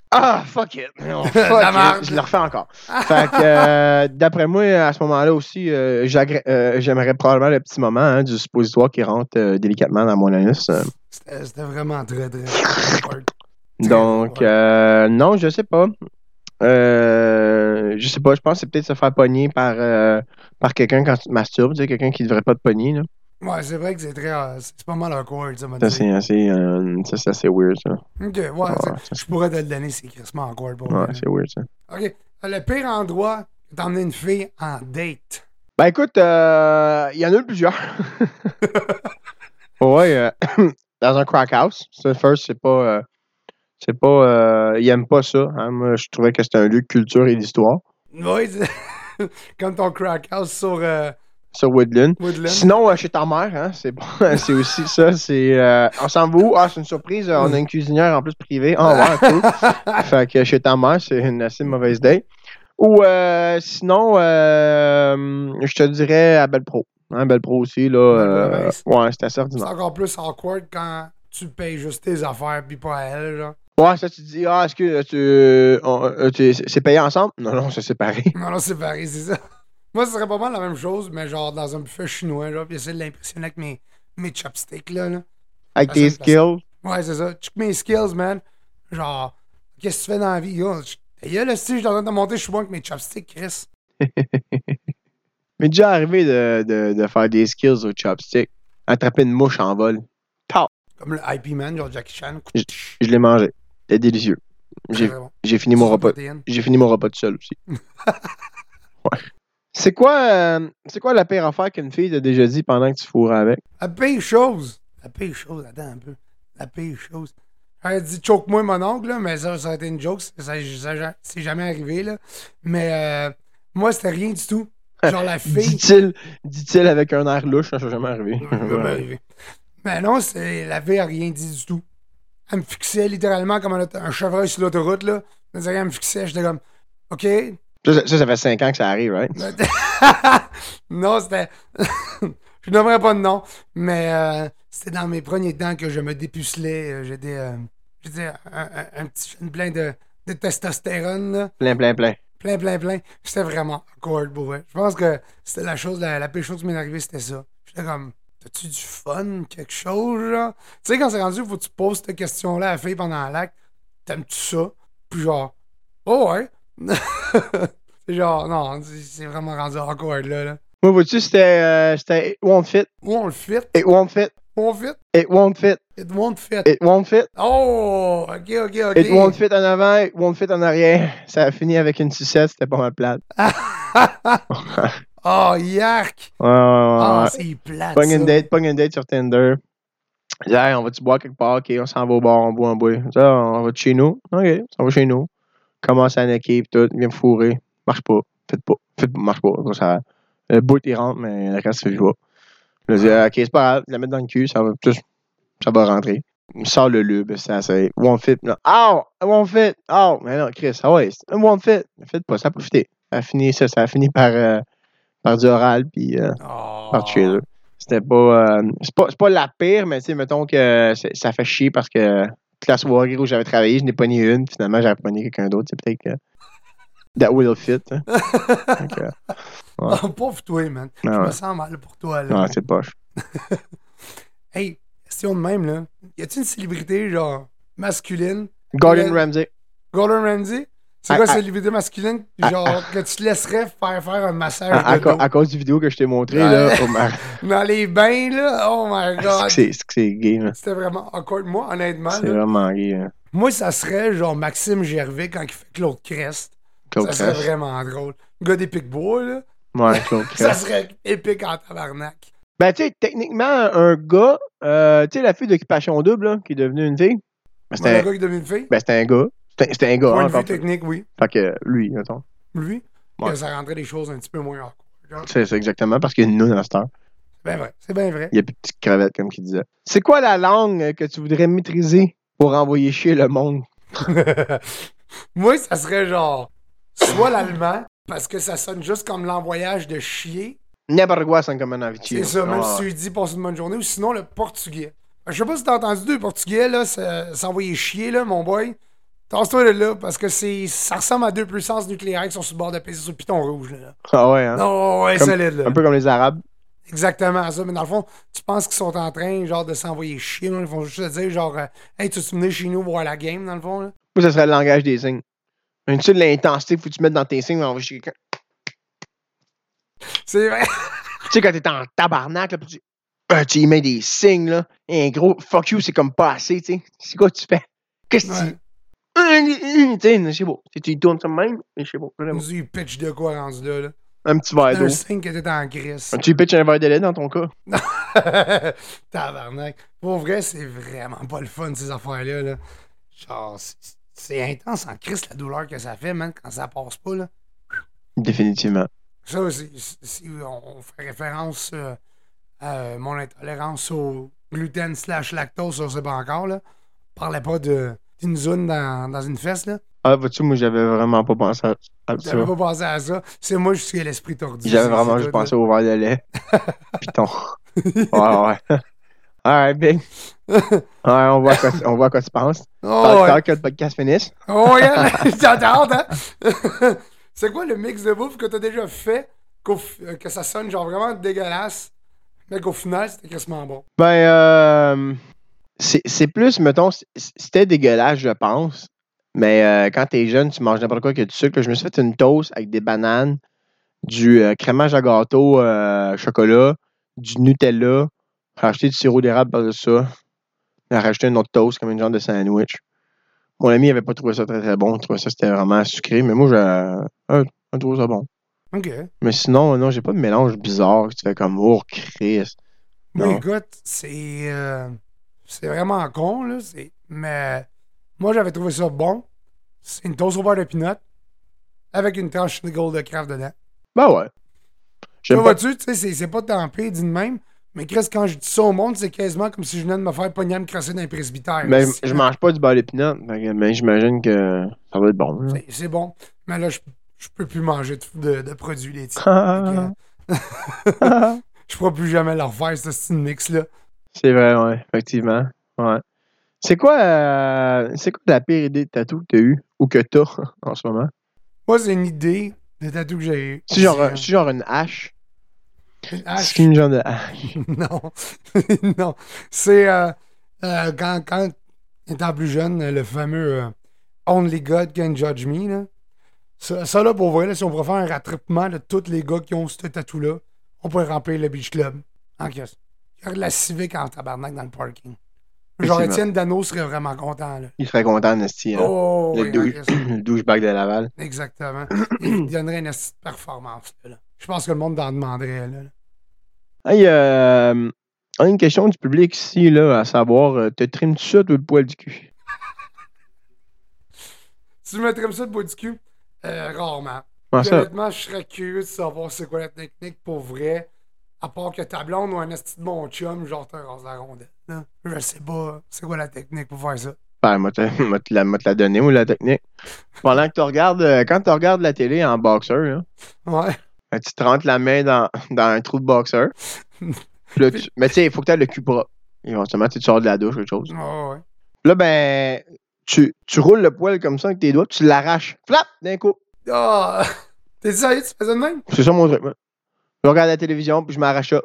Speaker 1: Ah, fuck it! Oh, fuck
Speaker 3: La
Speaker 1: it.
Speaker 3: marde.
Speaker 1: Je le refais encore. Fait que, euh, d'après moi, à ce moment-là aussi, euh, j'agré- euh, j'aimerais probablement le petit moment hein, du suppositoire qui rentre euh, délicatement dans mon anus. euh.
Speaker 3: C'était c'était vraiment très, très awkward. Très
Speaker 1: Donc,
Speaker 3: bon, ouais.
Speaker 1: euh, non, je sais pas. Euh, je sais pas, je pense que c'est peut-être se faire pogner par, euh, par quelqu'un quand tu te masturbes, tu sais, quelqu'un qui devrait pas te pogner. Là.
Speaker 3: Ouais, c'est vrai que c'est très. euh, c'est c'est pas mal awkward, ça, m'a
Speaker 1: Ça,
Speaker 3: dit.
Speaker 1: c'est assez, euh, ça, c'est assez weird, ça.
Speaker 3: Ok, ouais,
Speaker 1: Ouais,
Speaker 3: c'est- je pourrais te le donner, c'est crissement awkward pour moi.
Speaker 1: Ouais, c'est weird, ça.
Speaker 3: Ok, euh, le pire endroit, d'emmener une fille en date.
Speaker 1: Ben écoute, euh, il y en a eu plusieurs. ouais, euh, dans un crack house. Ça, first, c'est pas. euh, c'est pas. euh, ils aiment pas ça. hein. Moi, je trouvais que c'était un lieu de culture et d'histoire.
Speaker 3: Oui, c'est- comme ton crack house sur euh,
Speaker 1: Sur Woodland.
Speaker 3: Woodland.
Speaker 1: Sinon, euh, chez ta mère, hein, c'est bon, c'est aussi ça. C'est, euh, on s'en va où? Ah, c'est une surprise. euh, On a une cuisinière en plus privée. Ah, ouais, cool. fait que chez ta mère, c'est une assez mauvaise date. Ou euh, sinon, euh, je te dirais à Belle Pro. Hein, Belle Pro aussi, là.
Speaker 3: Belle
Speaker 1: euh,
Speaker 3: Province.
Speaker 1: ouais, c'est assez
Speaker 3: C'est
Speaker 1: ordinaire.
Speaker 3: encore plus awkward quand tu payes juste tes affaires puis pas à elle, genre.
Speaker 1: Ouais, ça, tu dis, ah, est-ce que euh, tu, on- euh, tu- c'est payé ensemble? Non, non, c'est séparé.
Speaker 3: Non, non, c'est pareil, c'est ça. Moi, ce serait pas mal la même chose, mais genre dans un buffet chinois, genre, puis essayer de l'impressionner avec mes, mes chopsticks, là, là.
Speaker 1: Avec
Speaker 3: Ça,
Speaker 1: tes
Speaker 3: c'est une
Speaker 1: skills.
Speaker 3: Ouais, c'est ça. Check mes skills, man. Genre, qu'est-ce que tu fais dans la vie? Yo, je- Ta gueule, si je suis en train de monter, je suis bon avec mes chopsticks, Chris.
Speaker 1: Mais déjà arrivé de, de, de faire des skills au chopstick. Attraper une mouche en vol.
Speaker 3: Comme le IP Man, genre Jackie Chan.
Speaker 1: Je l'ai mangé. C'était délicieux. J'ai-
Speaker 3: Très bon.
Speaker 1: J'ai fini mon
Speaker 3: Sans
Speaker 1: repas.
Speaker 3: protéines.
Speaker 1: J'ai fini mon repas tout seul aussi. Ouais. C'est quoi, euh, c'est quoi la pire affaire qu'une fille t'a déjà dit pendant que tu fourrais avec?
Speaker 3: La pire chose. La pire chose, attends un peu. La pire chose. Elle dit choke-moi mon oncle, là, mais ça, ça a été une joke. Ça, ça- ça- c'est jamais arrivé, là. Mais euh, moi, c'était rien du tout. Genre la fille.
Speaker 1: Dit-il, dit-il avec un air louche, ça n'est jamais arrivé.
Speaker 3: jamais arrivé. Mais non, c'est, la fille a rien dit du tout. Elle me fixait littéralement comme un, auto- un chevreuil sur l'autoroute, là. Elle me disait, elle me fixait, j'étais comme, OK.
Speaker 1: ça, ça- ça, ça fait 5 ans que ça arrive, right?
Speaker 3: non, c'était. je nommerai pas de nom, mais euh, c'était dans mes premiers temps que je me dépucelais. euh, J'étais, euh, j'étais un, un- un petit jeune plein de, de testostérone, là.
Speaker 1: Plein, plein, plein.
Speaker 3: Plein, plein, plein. C'était vraiment awkward pour vrai. Je pense que c'était la chose, la, la pire chose qui m'est arrivée, c'était ça. J'étais comme, t'as-tu du fun, quelque chose, là? Tu sais, quand c'est rendu, faut que tu poses cette question-là à la fille pendant l'acte. T'aimes-tu ça? Puis genre, oh ouais. c'est genre, non, c'est- c'est vraiment rendu awkward, là. là.
Speaker 1: Moi, vois-tu, c'était, euh, c'était It won't fit,
Speaker 3: Ou on le fit,
Speaker 1: it won't fit,
Speaker 3: ou on fit,
Speaker 1: it won't fit,
Speaker 3: it won't fit.
Speaker 1: it won't fit,
Speaker 3: Oh, ok, ok, ok.
Speaker 1: it won't fit en avant, it won't fit en arrière. Ça a fini avec une sucette, c'était pas mal plate.
Speaker 3: oh, yark.
Speaker 1: Ouais, ouais, ouais,
Speaker 3: Ah,
Speaker 1: ouais.
Speaker 3: c'est plate,
Speaker 1: Pogne une
Speaker 3: ça.
Speaker 1: date, pogne une date sur Tinder. Dis, Hey, on va-tu boire quelque part? Ok, on s'en va au bar, on boit, on boit. Ça, on va chez nous. Ok, on s'en va chez nous. Commence à naquer, pis tout. Viens me fourrer. Marche pas. Faites pas. Faites pas. Marche pas. Gros, ça, le bout est rentre, mais la casse, je vois. Je dis, ah, ok, c'est pas grave, je la mettre dans le cul, ça va, plus- ça va rentrer. Il me sort le lube, c'est assez. One fit, là. Ow! One fit! Ow! Mais non, Chris, ça va, c'est un one fit. Faites pas, ça a profité. Ça a fini, ça, ça a fini par, euh, par du oral, puis euh,
Speaker 3: Oh.
Speaker 1: par chez eux. C'était pas, euh, c'est pas. C'est pas la pire, mais tu sais, mettons que c'est- ça fait chier parce que toute la soirée où j'avais travaillé, je n'ai pas ni une, puis finalement, j'avais pas ni quelqu'un d'autre, c'est peut-être que. That will fit, hein. Donc, euh,
Speaker 3: Oh, Pauvre toi, man. Je
Speaker 1: Ah ouais. Ah,
Speaker 3: me sens mal pour toi, là.
Speaker 1: non, c'est poche.
Speaker 3: Hey, question de même, là. Y a-t-il une célébrité, genre, masculine?
Speaker 1: Gordon
Speaker 3: Ouais.
Speaker 1: Ramsay.
Speaker 3: Gordon Ramsay? C'est
Speaker 1: Ah,
Speaker 3: quoi,
Speaker 1: ah.
Speaker 3: célébritée masculine? Genre, que tu te laisserais faire faire un massage
Speaker 1: à, à
Speaker 3: de
Speaker 1: co-
Speaker 3: dos.
Speaker 1: à cause du vidéo que je t'ai montré, là, oh, ma-
Speaker 3: Dans les bains, là? Oh my
Speaker 1: c'est que
Speaker 3: god!
Speaker 1: Ah, c'est- c'est que c'est gay, là.
Speaker 3: C'était vraiment awkward. Moi, honnêtement,
Speaker 1: C'est
Speaker 3: là,
Speaker 1: vraiment gay, hein. là.
Speaker 3: moi, ça serait genre Maxime Gervais quand il fait Claude Crest.
Speaker 1: Claude
Speaker 3: ça serait
Speaker 1: Crest.
Speaker 3: vraiment drôle. Le gars des Picbois, là.
Speaker 1: Ouais, Claude
Speaker 3: Ça
Speaker 1: Crest.
Speaker 3: serait épique en tabarnak.
Speaker 1: Ben, tu sais, techniquement, un gars, euh, tu sais, la fille d'occupation double, là, qui est devenue une fille, ben,
Speaker 3: Moi, le
Speaker 1: c'était
Speaker 3: gars qui devient une fille.
Speaker 1: ben, c'était un gars. C'était c'était un gars,
Speaker 3: Point
Speaker 1: hein,
Speaker 3: de vue
Speaker 1: encore.
Speaker 3: technique, oui.
Speaker 1: Fait que lui, mettons.
Speaker 3: Lui,
Speaker 1: Ouais.
Speaker 3: que ça rendrait les choses un petit peu moins awkward. Genre,
Speaker 1: C'est c'est exactement parce qu'il y a une noun à cette heure.
Speaker 3: C'est bien vrai. C'est bien vrai.
Speaker 1: Il y a plus de petites crevettes, comme qu'il disait. C'est quoi la langue euh, que tu voudrais maîtriser pour envoyer chier le monde?
Speaker 3: Moi, ça serait genre soit l'allemand, parce que ça sonne juste comme l'envoyage de chier.
Speaker 1: N'importe quoi, c'est comme un avitier.
Speaker 3: C'est ça, même
Speaker 1: Ah,
Speaker 3: si tu lui dis passe une bonne journée, ou sinon le portugais. Je sais pas si t'as entendu deux portugais, là, ça- s'envoyer chier, là, mon boy. Tasse-toi de là, parce que c'est ça ressemble à deux puissances nucléaires qui sont sur le bord de pisser sur le piton rouge, là.
Speaker 1: Ah ouais, hein?
Speaker 3: Non, euh, ouais,
Speaker 1: Comme-
Speaker 3: solide, là.
Speaker 1: Un peu comme les Arabes.
Speaker 3: Exactement ça. Mais dans le fond, tu penses qu'ils sont en train, genre, de s'envoyer chier, là. Ils vont juste te dire, genre, euh, hey, tu veux venir chez nous voir la game, dans le fond, là?
Speaker 1: Moi, ça serait le langage des signes. Une tu sais, l'intensité que faut que tu mettes dans tes signes, mais on va chez quelqu'un.
Speaker 3: C'est vrai.
Speaker 1: Tu sais, quand t'es en tabarnak, là, puis tu, Ah, tu y mets des signes, là. Et un gros fuck you, c'est comme pas assez, tu sais. C'est quoi que tu fais? Qu'est-ce que
Speaker 3: Ouais.
Speaker 1: tu. Tu sais, c'est beau. Tu sais, tu y tournes comme même, mais c'est beau. vraiment.
Speaker 3: Nous, ils pitchent de quoi rendu là, là?
Speaker 1: Un petit verre
Speaker 3: C'est un
Speaker 1: d'eau.
Speaker 3: signe que t'es en crise.
Speaker 1: Tu y pitches un verre de lait dans ton cas.
Speaker 3: Tabarnak. Pour vrai, c'est vraiment pas le fun, ces affaires-là. Là. Genre, c'est- c'est intense en crise la douleur que ça fait, man, quand ça passe pas, là.
Speaker 1: Définitivement.
Speaker 3: Ça, c'est- c'est- si on on fait référence euh, à mon intolérance au gluten slash lactose, ça, c'est pas encore, là. On parlait pas de- d'une zone dans, dans une fesse, là.
Speaker 1: Ah, vois-tu, moi, j'avais vraiment pas pensé à à ça.
Speaker 3: J'avais pas pensé à ça. C'est moi, je suis l'esprit tordu.
Speaker 1: J'avais
Speaker 3: c'est-
Speaker 1: vraiment
Speaker 3: c'est
Speaker 1: juste
Speaker 3: tout, là.
Speaker 1: pensé au verre de lait. Python. Ouais, ouais. Alright, big. Ouais, on voit à quoi, on voit à quoi tu penses.
Speaker 3: Oh,
Speaker 1: Tant
Speaker 3: ouais.
Speaker 1: tant que le podcast finisse.
Speaker 3: Oh, regarde, t'as hâte, hein? c'est quoi le mix de bouffe que t'as déjà fait qu'au f- euh, que ça sonne genre vraiment dégueulasse, mais qu'au final, c'était quasiment bon?
Speaker 1: Ben, euh, c'est c'est plus, mettons, c- c'était dégueulasse, je pense. Mais euh, quand t'es jeune, tu manges n'importe quoi que du sucre. Je me suis fait une toast avec des bananes, du euh, crémage à gâteau euh, chocolat, du Nutella, rajouter du sirop d'érable par-dessus ça, et rajouter une autre toast comme une genre de sandwich. Mon ami n'avait pas trouvé ça très très bon. Il trouvait ça c'était vraiment sucré, mais moi, je euh, je trouve ça bon.
Speaker 3: Ok.
Speaker 1: Mais sinon, non, j'ai pas de mélange bizarre que tu fais comme Oh Christ.
Speaker 3: Moi,
Speaker 1: Non.
Speaker 3: écoute, c'est. euh, c'est vraiment con, là. c'est- Mais moi, j'avais trouvé ça bon. C'est une toast au beurre de pinot avec une tranche de gold de craft dedans.
Speaker 1: Ben ouais.
Speaker 3: Tu
Speaker 1: J'aime pas
Speaker 3: vois-tu, tu sais, c'est- c'est pas tempé, dit de même. Mais Chris, quand je dis ça au monde, c'est quasiment comme si je venais de me faire pogner à me crasser dans un presbytère.
Speaker 1: Mais
Speaker 3: C'est-
Speaker 1: Ben, je mange pas du beurre de pinot, fait que- mais j'imagine que ça va être bon. là.
Speaker 3: C'est- C'est bon. Mais là, je, je peux plus manger de, de- de produits laitiers.
Speaker 1: Ah.
Speaker 3: Fait que, je pourrai plus jamais leur faire ce style mix-là.
Speaker 1: C'est vrai, ouais, effectivement. Ouais. C'est quoi, euh, c'est quoi la pire idée de tatou que t'as eue ou que t'as en ce moment?
Speaker 3: Moi, c'est une idée de tatou que j'ai eu. Ah,
Speaker 1: C'est genre, euh, c'est genre une hache.
Speaker 3: Une
Speaker 1: C'est une genre de hache.
Speaker 3: Non. non. C'est euh, euh, quand, quand, étant plus jeune, le fameux euh, Only God can judge me. Là. Ça, ça, là, pour vrai, là, si on pourrait faire un rattrapement de tous les gars qui ont ce tatou-là, on pourrait remplir le Beach Club. En caisse. Il y aurait de la civique en tabarnak dans le parking. Genre,
Speaker 1: Effectivement.
Speaker 3: Étienne Dano serait vraiment content. Là.
Speaker 1: Il serait content, Nasty. hein.
Speaker 3: Oh,
Speaker 1: le,
Speaker 3: oui, en
Speaker 1: douche,
Speaker 3: crise.
Speaker 1: le douchebag de Laval.
Speaker 3: Exactement. Il donnerait une astuce de performance. Là, là. Je pense que le monde en demanderait. Là.
Speaker 1: Hey, euh, on a une question du public ici, là, à savoir, euh, te trimes-tu ça, toi, le poil du cul?
Speaker 3: Si tu me trimes ça de bout du cul, euh, rarement.
Speaker 1: Comment
Speaker 3: Puis
Speaker 1: ça?
Speaker 3: honnêtement, je serais curieux de savoir c'est quoi la technique pour vrai. À part que ta blonde ou un esti de mon chum, genre, t'as rase la rondelle. là. Je sais pas, c'est quoi la technique pour faire ça.
Speaker 1: Ben, moi, te, moi, te la, moi, te la donner, ou la technique. Pendant que tu regardes, euh, quand tu regardes la télé en boxeur, là,
Speaker 3: Ouais.
Speaker 1: ben, tu te rentres la main dans, dans un trou de boxeur. Puis là, tu- mais tu sais, il faut que tu aies le cul propre. Éventuellement, tu sors de la douche, quelque chose.
Speaker 3: Ouais, ouais.
Speaker 1: Là, ben, tu, tu roules le poil comme ça avec tes doigts, puis tu l'arraches. Flap, d'un coup.
Speaker 3: Ah! T'es sérieux, tu fais ça de même?
Speaker 1: C'est ça mon truc. moi. Je regarde la télévision, puis je m'arrache ça.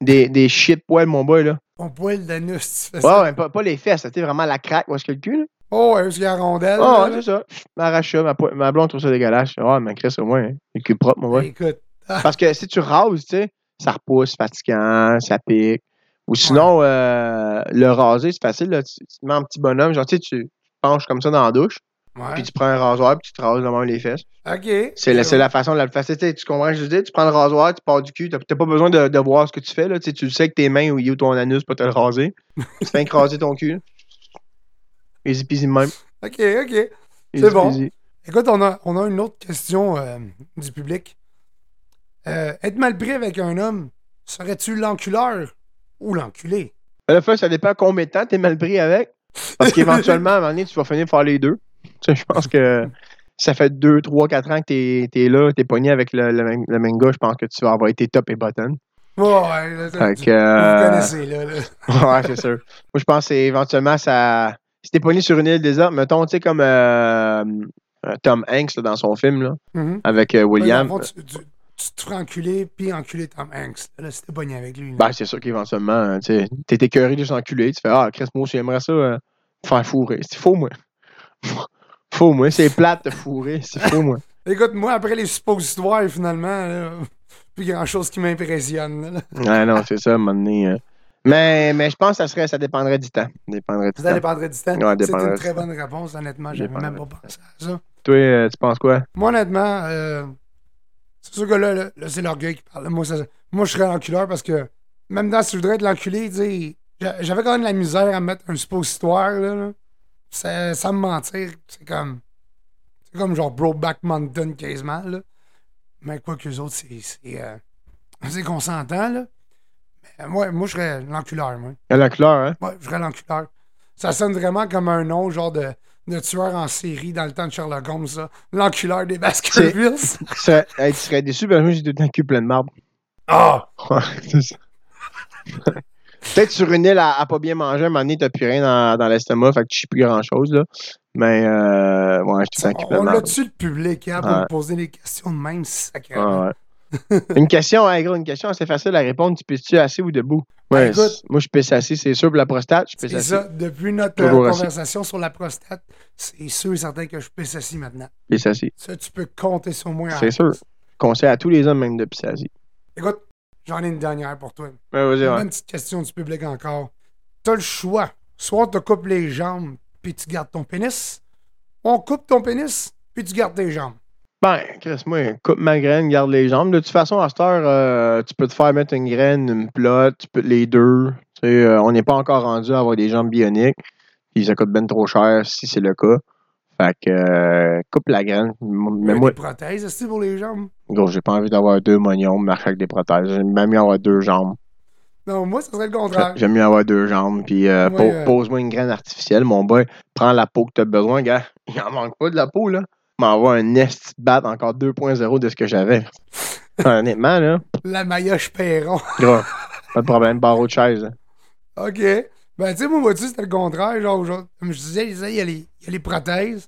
Speaker 1: Des, des shit poils, mon boy, là.
Speaker 3: Ton poil d'anus, tu fais
Speaker 1: Ouais,
Speaker 3: ça.
Speaker 1: ouais, pas, pas les fesses, c'était vraiment la craque, où est-ce que le cul, là.
Speaker 3: Oh, ouais, parce qu'il y a la rondelle.
Speaker 1: Ah,
Speaker 3: là,
Speaker 1: ouais, c'est ça. Je m'arrache ça, ma, po- ma blonde trouve ça dégueulasse. Ah, mais Chris, au moins, hein, le cul propre, mon boy.
Speaker 3: Écoute,
Speaker 1: Parce que si tu rases, tu sais, ça repousse, c'est fatigant, ça pique. Ou sinon, euh, le raser, c'est facile. Là. Tu, tu te mets en petit bonhomme, genre, tu sais, tu te penches comme ça dans la douche,
Speaker 3: ouais.
Speaker 1: puis tu prends un rasoir, puis tu te rases le même les fesses.
Speaker 3: Ok.
Speaker 1: C'est la, c'est la façon de la plus facile. Tu sais, tu comprends ce que je veux dire? Tu prends le rasoir, tu pars du cul, t'as t'as pas besoin de, de voir ce que tu fais. Là. Tu sais, tu le sais que tes mains ou ou ton anus pour te le raser. tu fais que raser ton cul. Easy peasy de même.
Speaker 3: Ok, ok.
Speaker 1: Easy
Speaker 3: bon.
Speaker 1: peasy.
Speaker 3: Écoute, on a, on a une autre question euh, du public. Euh, être mal pris avec un homme, serais-tu l'enculeur ou l'enculé?
Speaker 1: À la fois, ça dépend combien de temps t'es mal pris avec. Parce qu'éventuellement, à un moment donné, tu vas finir par faire les deux. Tu sais, je pense que ça fait 2, 3, 4 ans que t'es es là, t'es pogné avec le, le, man- le manga, je pense que tu vas avoir été top et bottom.
Speaker 3: Ouais, ouais, là, ça,
Speaker 1: Fait
Speaker 3: tu-
Speaker 1: que,
Speaker 3: Vous
Speaker 1: euh,
Speaker 3: connaissez, là. là.
Speaker 1: ouais, c'est sûr. Moi, je pense que c'est éventuellement, ça. Si t'es pogné sur une île déserte, mettons, tu sais, comme euh, euh, Tom Hanks là, dans son film, là,
Speaker 3: Mhm.
Speaker 1: avec euh, William.
Speaker 3: Dans le fond, tu, tu- tu te feras enculer, puis enculer Tom Hanks. Là, c'était pogné avec lui. là.
Speaker 1: Ben, c'est sûr qu'éventuellement, hein, tu sais, t'es écœuré de s'enculer. Tu fais Ah, Chris, moi aussi, j'aimerais ça euh, me faire fourrer. C'est faux, moi. faux, moi. C'est plate de fourrer. C'est faux, moi.
Speaker 3: Écoute, moi, après les suppositoires, finalement, là, plus grand-chose qui m'impressionne. là.
Speaker 1: Ouais, non, c'est ça, à un moment donné. euh. Mais, mais je pense que ça, serait, ça dépendrait du temps. Dépendrait du
Speaker 3: Ça
Speaker 1: temps.
Speaker 3: dépendrait du temps.
Speaker 1: Ah. Ouais,
Speaker 3: C'est une
Speaker 1: dépendrait
Speaker 3: très
Speaker 1: du temps.
Speaker 3: bonne réponse, honnêtement. J'avais même pas pensé à ça.
Speaker 1: Toi, euh, tu penses quoi?
Speaker 3: Moi, honnêtement, euh, c'est sûr que là, là, là, c'est l'orgueil qui parle. Moi, ça- moi, je serais l'enculeur parce que, même dans si je voudrais être l'enculé, tu sais, j'a- j'avais quand même de la misère à mettre un suppositoire. Là, là. Ça- Sans me mentir, c'est comme. C'est comme genre Brokeback Mountain quasiment. Là. Mais quoi que les autres, c'est. C'est, euh, c'est consentant, là. Mais moi, moi je serais l'enculeur, moi.
Speaker 1: Il y a la couleur, hein?
Speaker 3: Ouais, je serais l'enculeur. Ça sonne vraiment comme un nom, genre de, de tueur en série dans le temps de Sherlock Holmes, ça. L'enculeur des Baskervilles.
Speaker 1: Ça- hey, tu serais déçu parce que moi, j'ai tout le temps le cul plein de marbre.
Speaker 3: Ah!
Speaker 1: Ouais, c'est ça. Peut-être sur une île à, à pas bien manger, à un moment donné, t'as plus rien dans, dans l'estomac, fait que tu chies plus grand-chose, là. Mais, euh, ouais, j'ai tout le temps le cul plein
Speaker 3: On
Speaker 1: de marbre.
Speaker 3: l'a-tu le public, hein, pour
Speaker 1: Ouais.
Speaker 3: me poser des questions de même, sacrément?
Speaker 1: Ah ouais. une question, hein, gros, une question assez facile à répondre. Tu pisses-tu assis ou debout? Ouais,
Speaker 3: Ben, écoute.
Speaker 1: c- moi, je pisse assis, c'est sûr. Pour la prostate, je pisse
Speaker 3: C'est
Speaker 1: assis.
Speaker 3: ça, depuis notre euh,
Speaker 1: Toujours assis.
Speaker 3: conversation sur la prostate, c'est sûr et certain que je pisse assis maintenant.
Speaker 1: Pisse assis.
Speaker 3: Ça, tu peux compter sur moi. en-
Speaker 1: C'est sûr. Conseil à tous les hommes, même de pisser assis.
Speaker 3: Écoute, j'en ai une dernière pour toi.
Speaker 1: Ouais, Ben, vas-y,
Speaker 3: Une
Speaker 1: ouais.
Speaker 3: bonne petite question du public encore. T'as le choix. Soit on te coupe les jambes, puis tu gardes ton pénis. On coupe ton pénis, puis tu gardes tes jambes.
Speaker 1: Ben, Chris, moi, coupe ma graine, garde les jambes. De toute façon, à cette heure, euh, tu peux te faire mettre une graine, une plotte, tu peux- les deux. Tu sais, euh, on n'est pas encore rendu à avoir des jambes bioniques. Puis ça coûte ben trop cher si c'est le cas. Fait que, euh, coupe la graine. M-
Speaker 3: Il y
Speaker 1: Mais
Speaker 3: a
Speaker 1: moi,
Speaker 3: Des prothèses, c'est pour les jambes.
Speaker 1: gros, j'ai pas envie d'avoir deux moniums, marcher avec des prothèses. J'aime bien mieux avoir deux jambes.
Speaker 3: Non, moi, ça serait le
Speaker 1: J'a-
Speaker 3: contraire.
Speaker 1: J'aime mieux avoir deux jambes. Puis euh,
Speaker 3: Ouais,
Speaker 1: po-
Speaker 3: euh.
Speaker 1: pose-moi une graine artificielle, mon boy. Prends la peau que t'as besoin, gars. Il en manque pas de la peau, là. M'envoie un nest bat encore 2.0 de ce que j'avais. Honnêtement, là.
Speaker 3: La maillotche Perron.
Speaker 1: gros, pas de problème, barreau de chaise. là.
Speaker 3: OK. Ben, tu sais, moi, vois-tu, c'était le contraire. Genre, genre, comme je disais, il y a les, il y a les prothèses.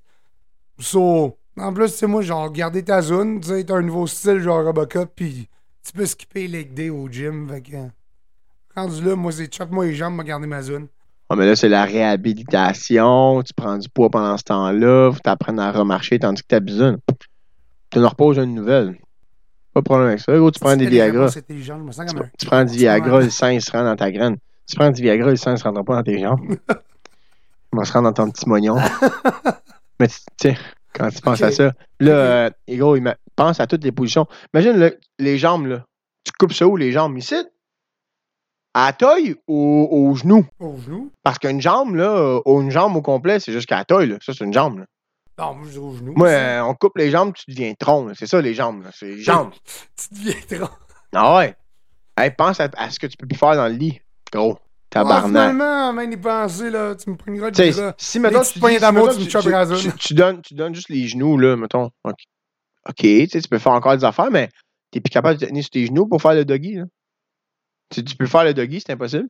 Speaker 3: So, en plus, tu sais, moi, genre, garder ta zone, tu sais, t'as un nouveau style, genre Robocop, puis tu peux skipper les day au gym. Fait que, rendu là, moi, c'est chope-moi les jambes, moi, garder ma zone.
Speaker 1: Ah, mais là, c'est la réhabilitation. Tu prends du poids pendant ce temps-là. Faut t'apprendre à remarcher tandis que t'as besoin. Tu nous reposes une nouvelle. Pas de problème avec ça. Gros, tu prends des
Speaker 3: C'était des
Speaker 1: Viagra.
Speaker 3: réponses intelligentes, je me sens
Speaker 1: Tu,
Speaker 3: comme un-
Speaker 1: tu prends du
Speaker 3: c'est
Speaker 1: Viagra,
Speaker 3: vraiment-
Speaker 1: le sang, il se rend dans ta graine. Tu prends du Viagra, le sang, il se rendra pas dans tes jambes. Il va se rendre dans ton petit moignon. Mais tu tu sais, quand tu penses
Speaker 3: Ok.
Speaker 1: à ça, là, euh, et gros, il ma- pense à toutes les positions. Imagine là, les jambes, là. Tu coupes ça où, les jambes? Ici? À la taille ou au genou?
Speaker 3: au genou.
Speaker 1: Parce qu'une jambe, là, euh, une jambe au complet, c'est jusqu'à la taille, là. Ça, c'est une jambe, là.
Speaker 3: Non, moi, je dis aux genoux.
Speaker 1: Moi,
Speaker 3: ça.
Speaker 1: euh, on coupe les jambes, tu deviens tronc. là. C'est ça, les jambes. là. C'est les jambes.
Speaker 3: tu deviens trop.
Speaker 1: Ah ouais. Hey, pense à, à ce que tu peux plus faire dans le lit, gros.
Speaker 3: Ah,
Speaker 1: Tabarnak.
Speaker 3: finalement, même y penser, là, tu me prendras
Speaker 1: Tu
Speaker 3: du
Speaker 1: sais,
Speaker 3: gras.
Speaker 1: si maintenant
Speaker 3: petits
Speaker 1: tu, dis-
Speaker 3: points
Speaker 1: si,
Speaker 3: d'amour
Speaker 1: mettons,
Speaker 3: du
Speaker 1: tu-
Speaker 3: Chop
Speaker 1: tu-
Speaker 3: Razor.
Speaker 1: tu- tu donnes, tu donnes juste les genoux, là, mettons. OK, Ok, tu sais, tu peux faire encore des affaires, mais t'es plus capable de te tenir sur tes genoux pour faire le doggy. Là. Tu, tu peux faire le doggy, c'est impossible.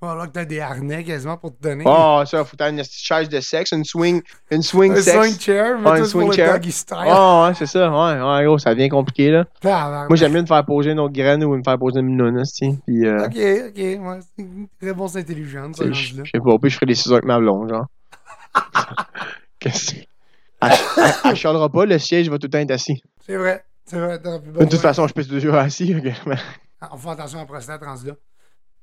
Speaker 3: Alors Oh, que t'as des harnais quasiment pour te donner.
Speaker 1: Ah, ça, faut que t'aies une chaise de sexe, une swing, une swing
Speaker 3: un
Speaker 1: sexe.
Speaker 3: swing chair, mais
Speaker 1: Ah, un
Speaker 3: tout
Speaker 1: swing
Speaker 3: pour
Speaker 1: chair.
Speaker 3: le doggy style.
Speaker 1: Ah, ouais, c'est ça. Ouais, ouais, gros, ça devient compliqué, là.
Speaker 3: Tabarnak.
Speaker 1: Moi, j'aime mieux me faire poser une autre graine ou me faire poser une nonne, si. Puis, euh,
Speaker 3: Ok, ok, ouais, c'est une réponse intelligente,
Speaker 1: tu
Speaker 3: ce
Speaker 1: sais, je
Speaker 3: là
Speaker 1: je sais pas, au pire, je ferai des ciseaux avec ma blonde, genre. Qu'est-ce que. Elle elle- elle chialera pas, le siège va tout le temps être assis.
Speaker 3: C'est vrai, c'est vrai, t'aurais pu- bon,
Speaker 1: De toute
Speaker 3: ouais.
Speaker 1: façon, je peux toujours être assis. ok.
Speaker 3: On fait attention à la prostate rendu là.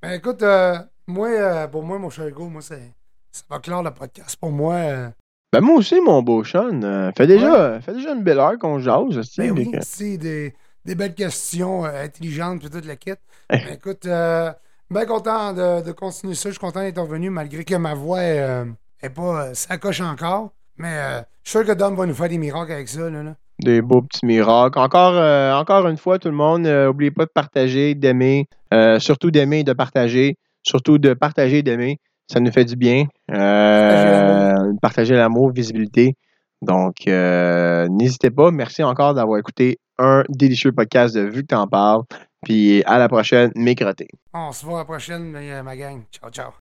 Speaker 3: Mais écoute, euh, moi, euh, pour moi, mon cher Hugo, moi, c'est, ça va clore le podcast. Pour moi, euh,
Speaker 1: Ben, moi aussi, mon beau Sean, euh, fait, déjà, fait déjà une belle heure qu'on jase, aussi.
Speaker 3: ben oui, c'est des, des belles questions euh, intelligentes, puis toute la quête.
Speaker 1: Hey.
Speaker 3: Ben, écoute, euh, ben content de, de continuer ça. Je suis content d'être revenu, malgré que ma voix euh, est pas. euh, ça coche encore. Mais euh, je suis sûr que Dom va nous faire des miracles avec ça, là. là.
Speaker 1: Des beaux petits miracles. Encore, euh, encore une fois, tout le monde, euh, oubliez pas de partager, d'aimer. Euh, surtout d'aimer et de partager. Surtout de partager et d'aimer. Ça nous fait du bien. Euh, partager l'amour, visibilité. Donc, euh, n'hésitez pas. Merci encore d'avoir écouté un délicieux podcast de Vu que t'en parles. Puis à la prochaine, mes crottés.
Speaker 3: On se voit à la prochaine, mais, euh, ma gang. Ciao, ciao.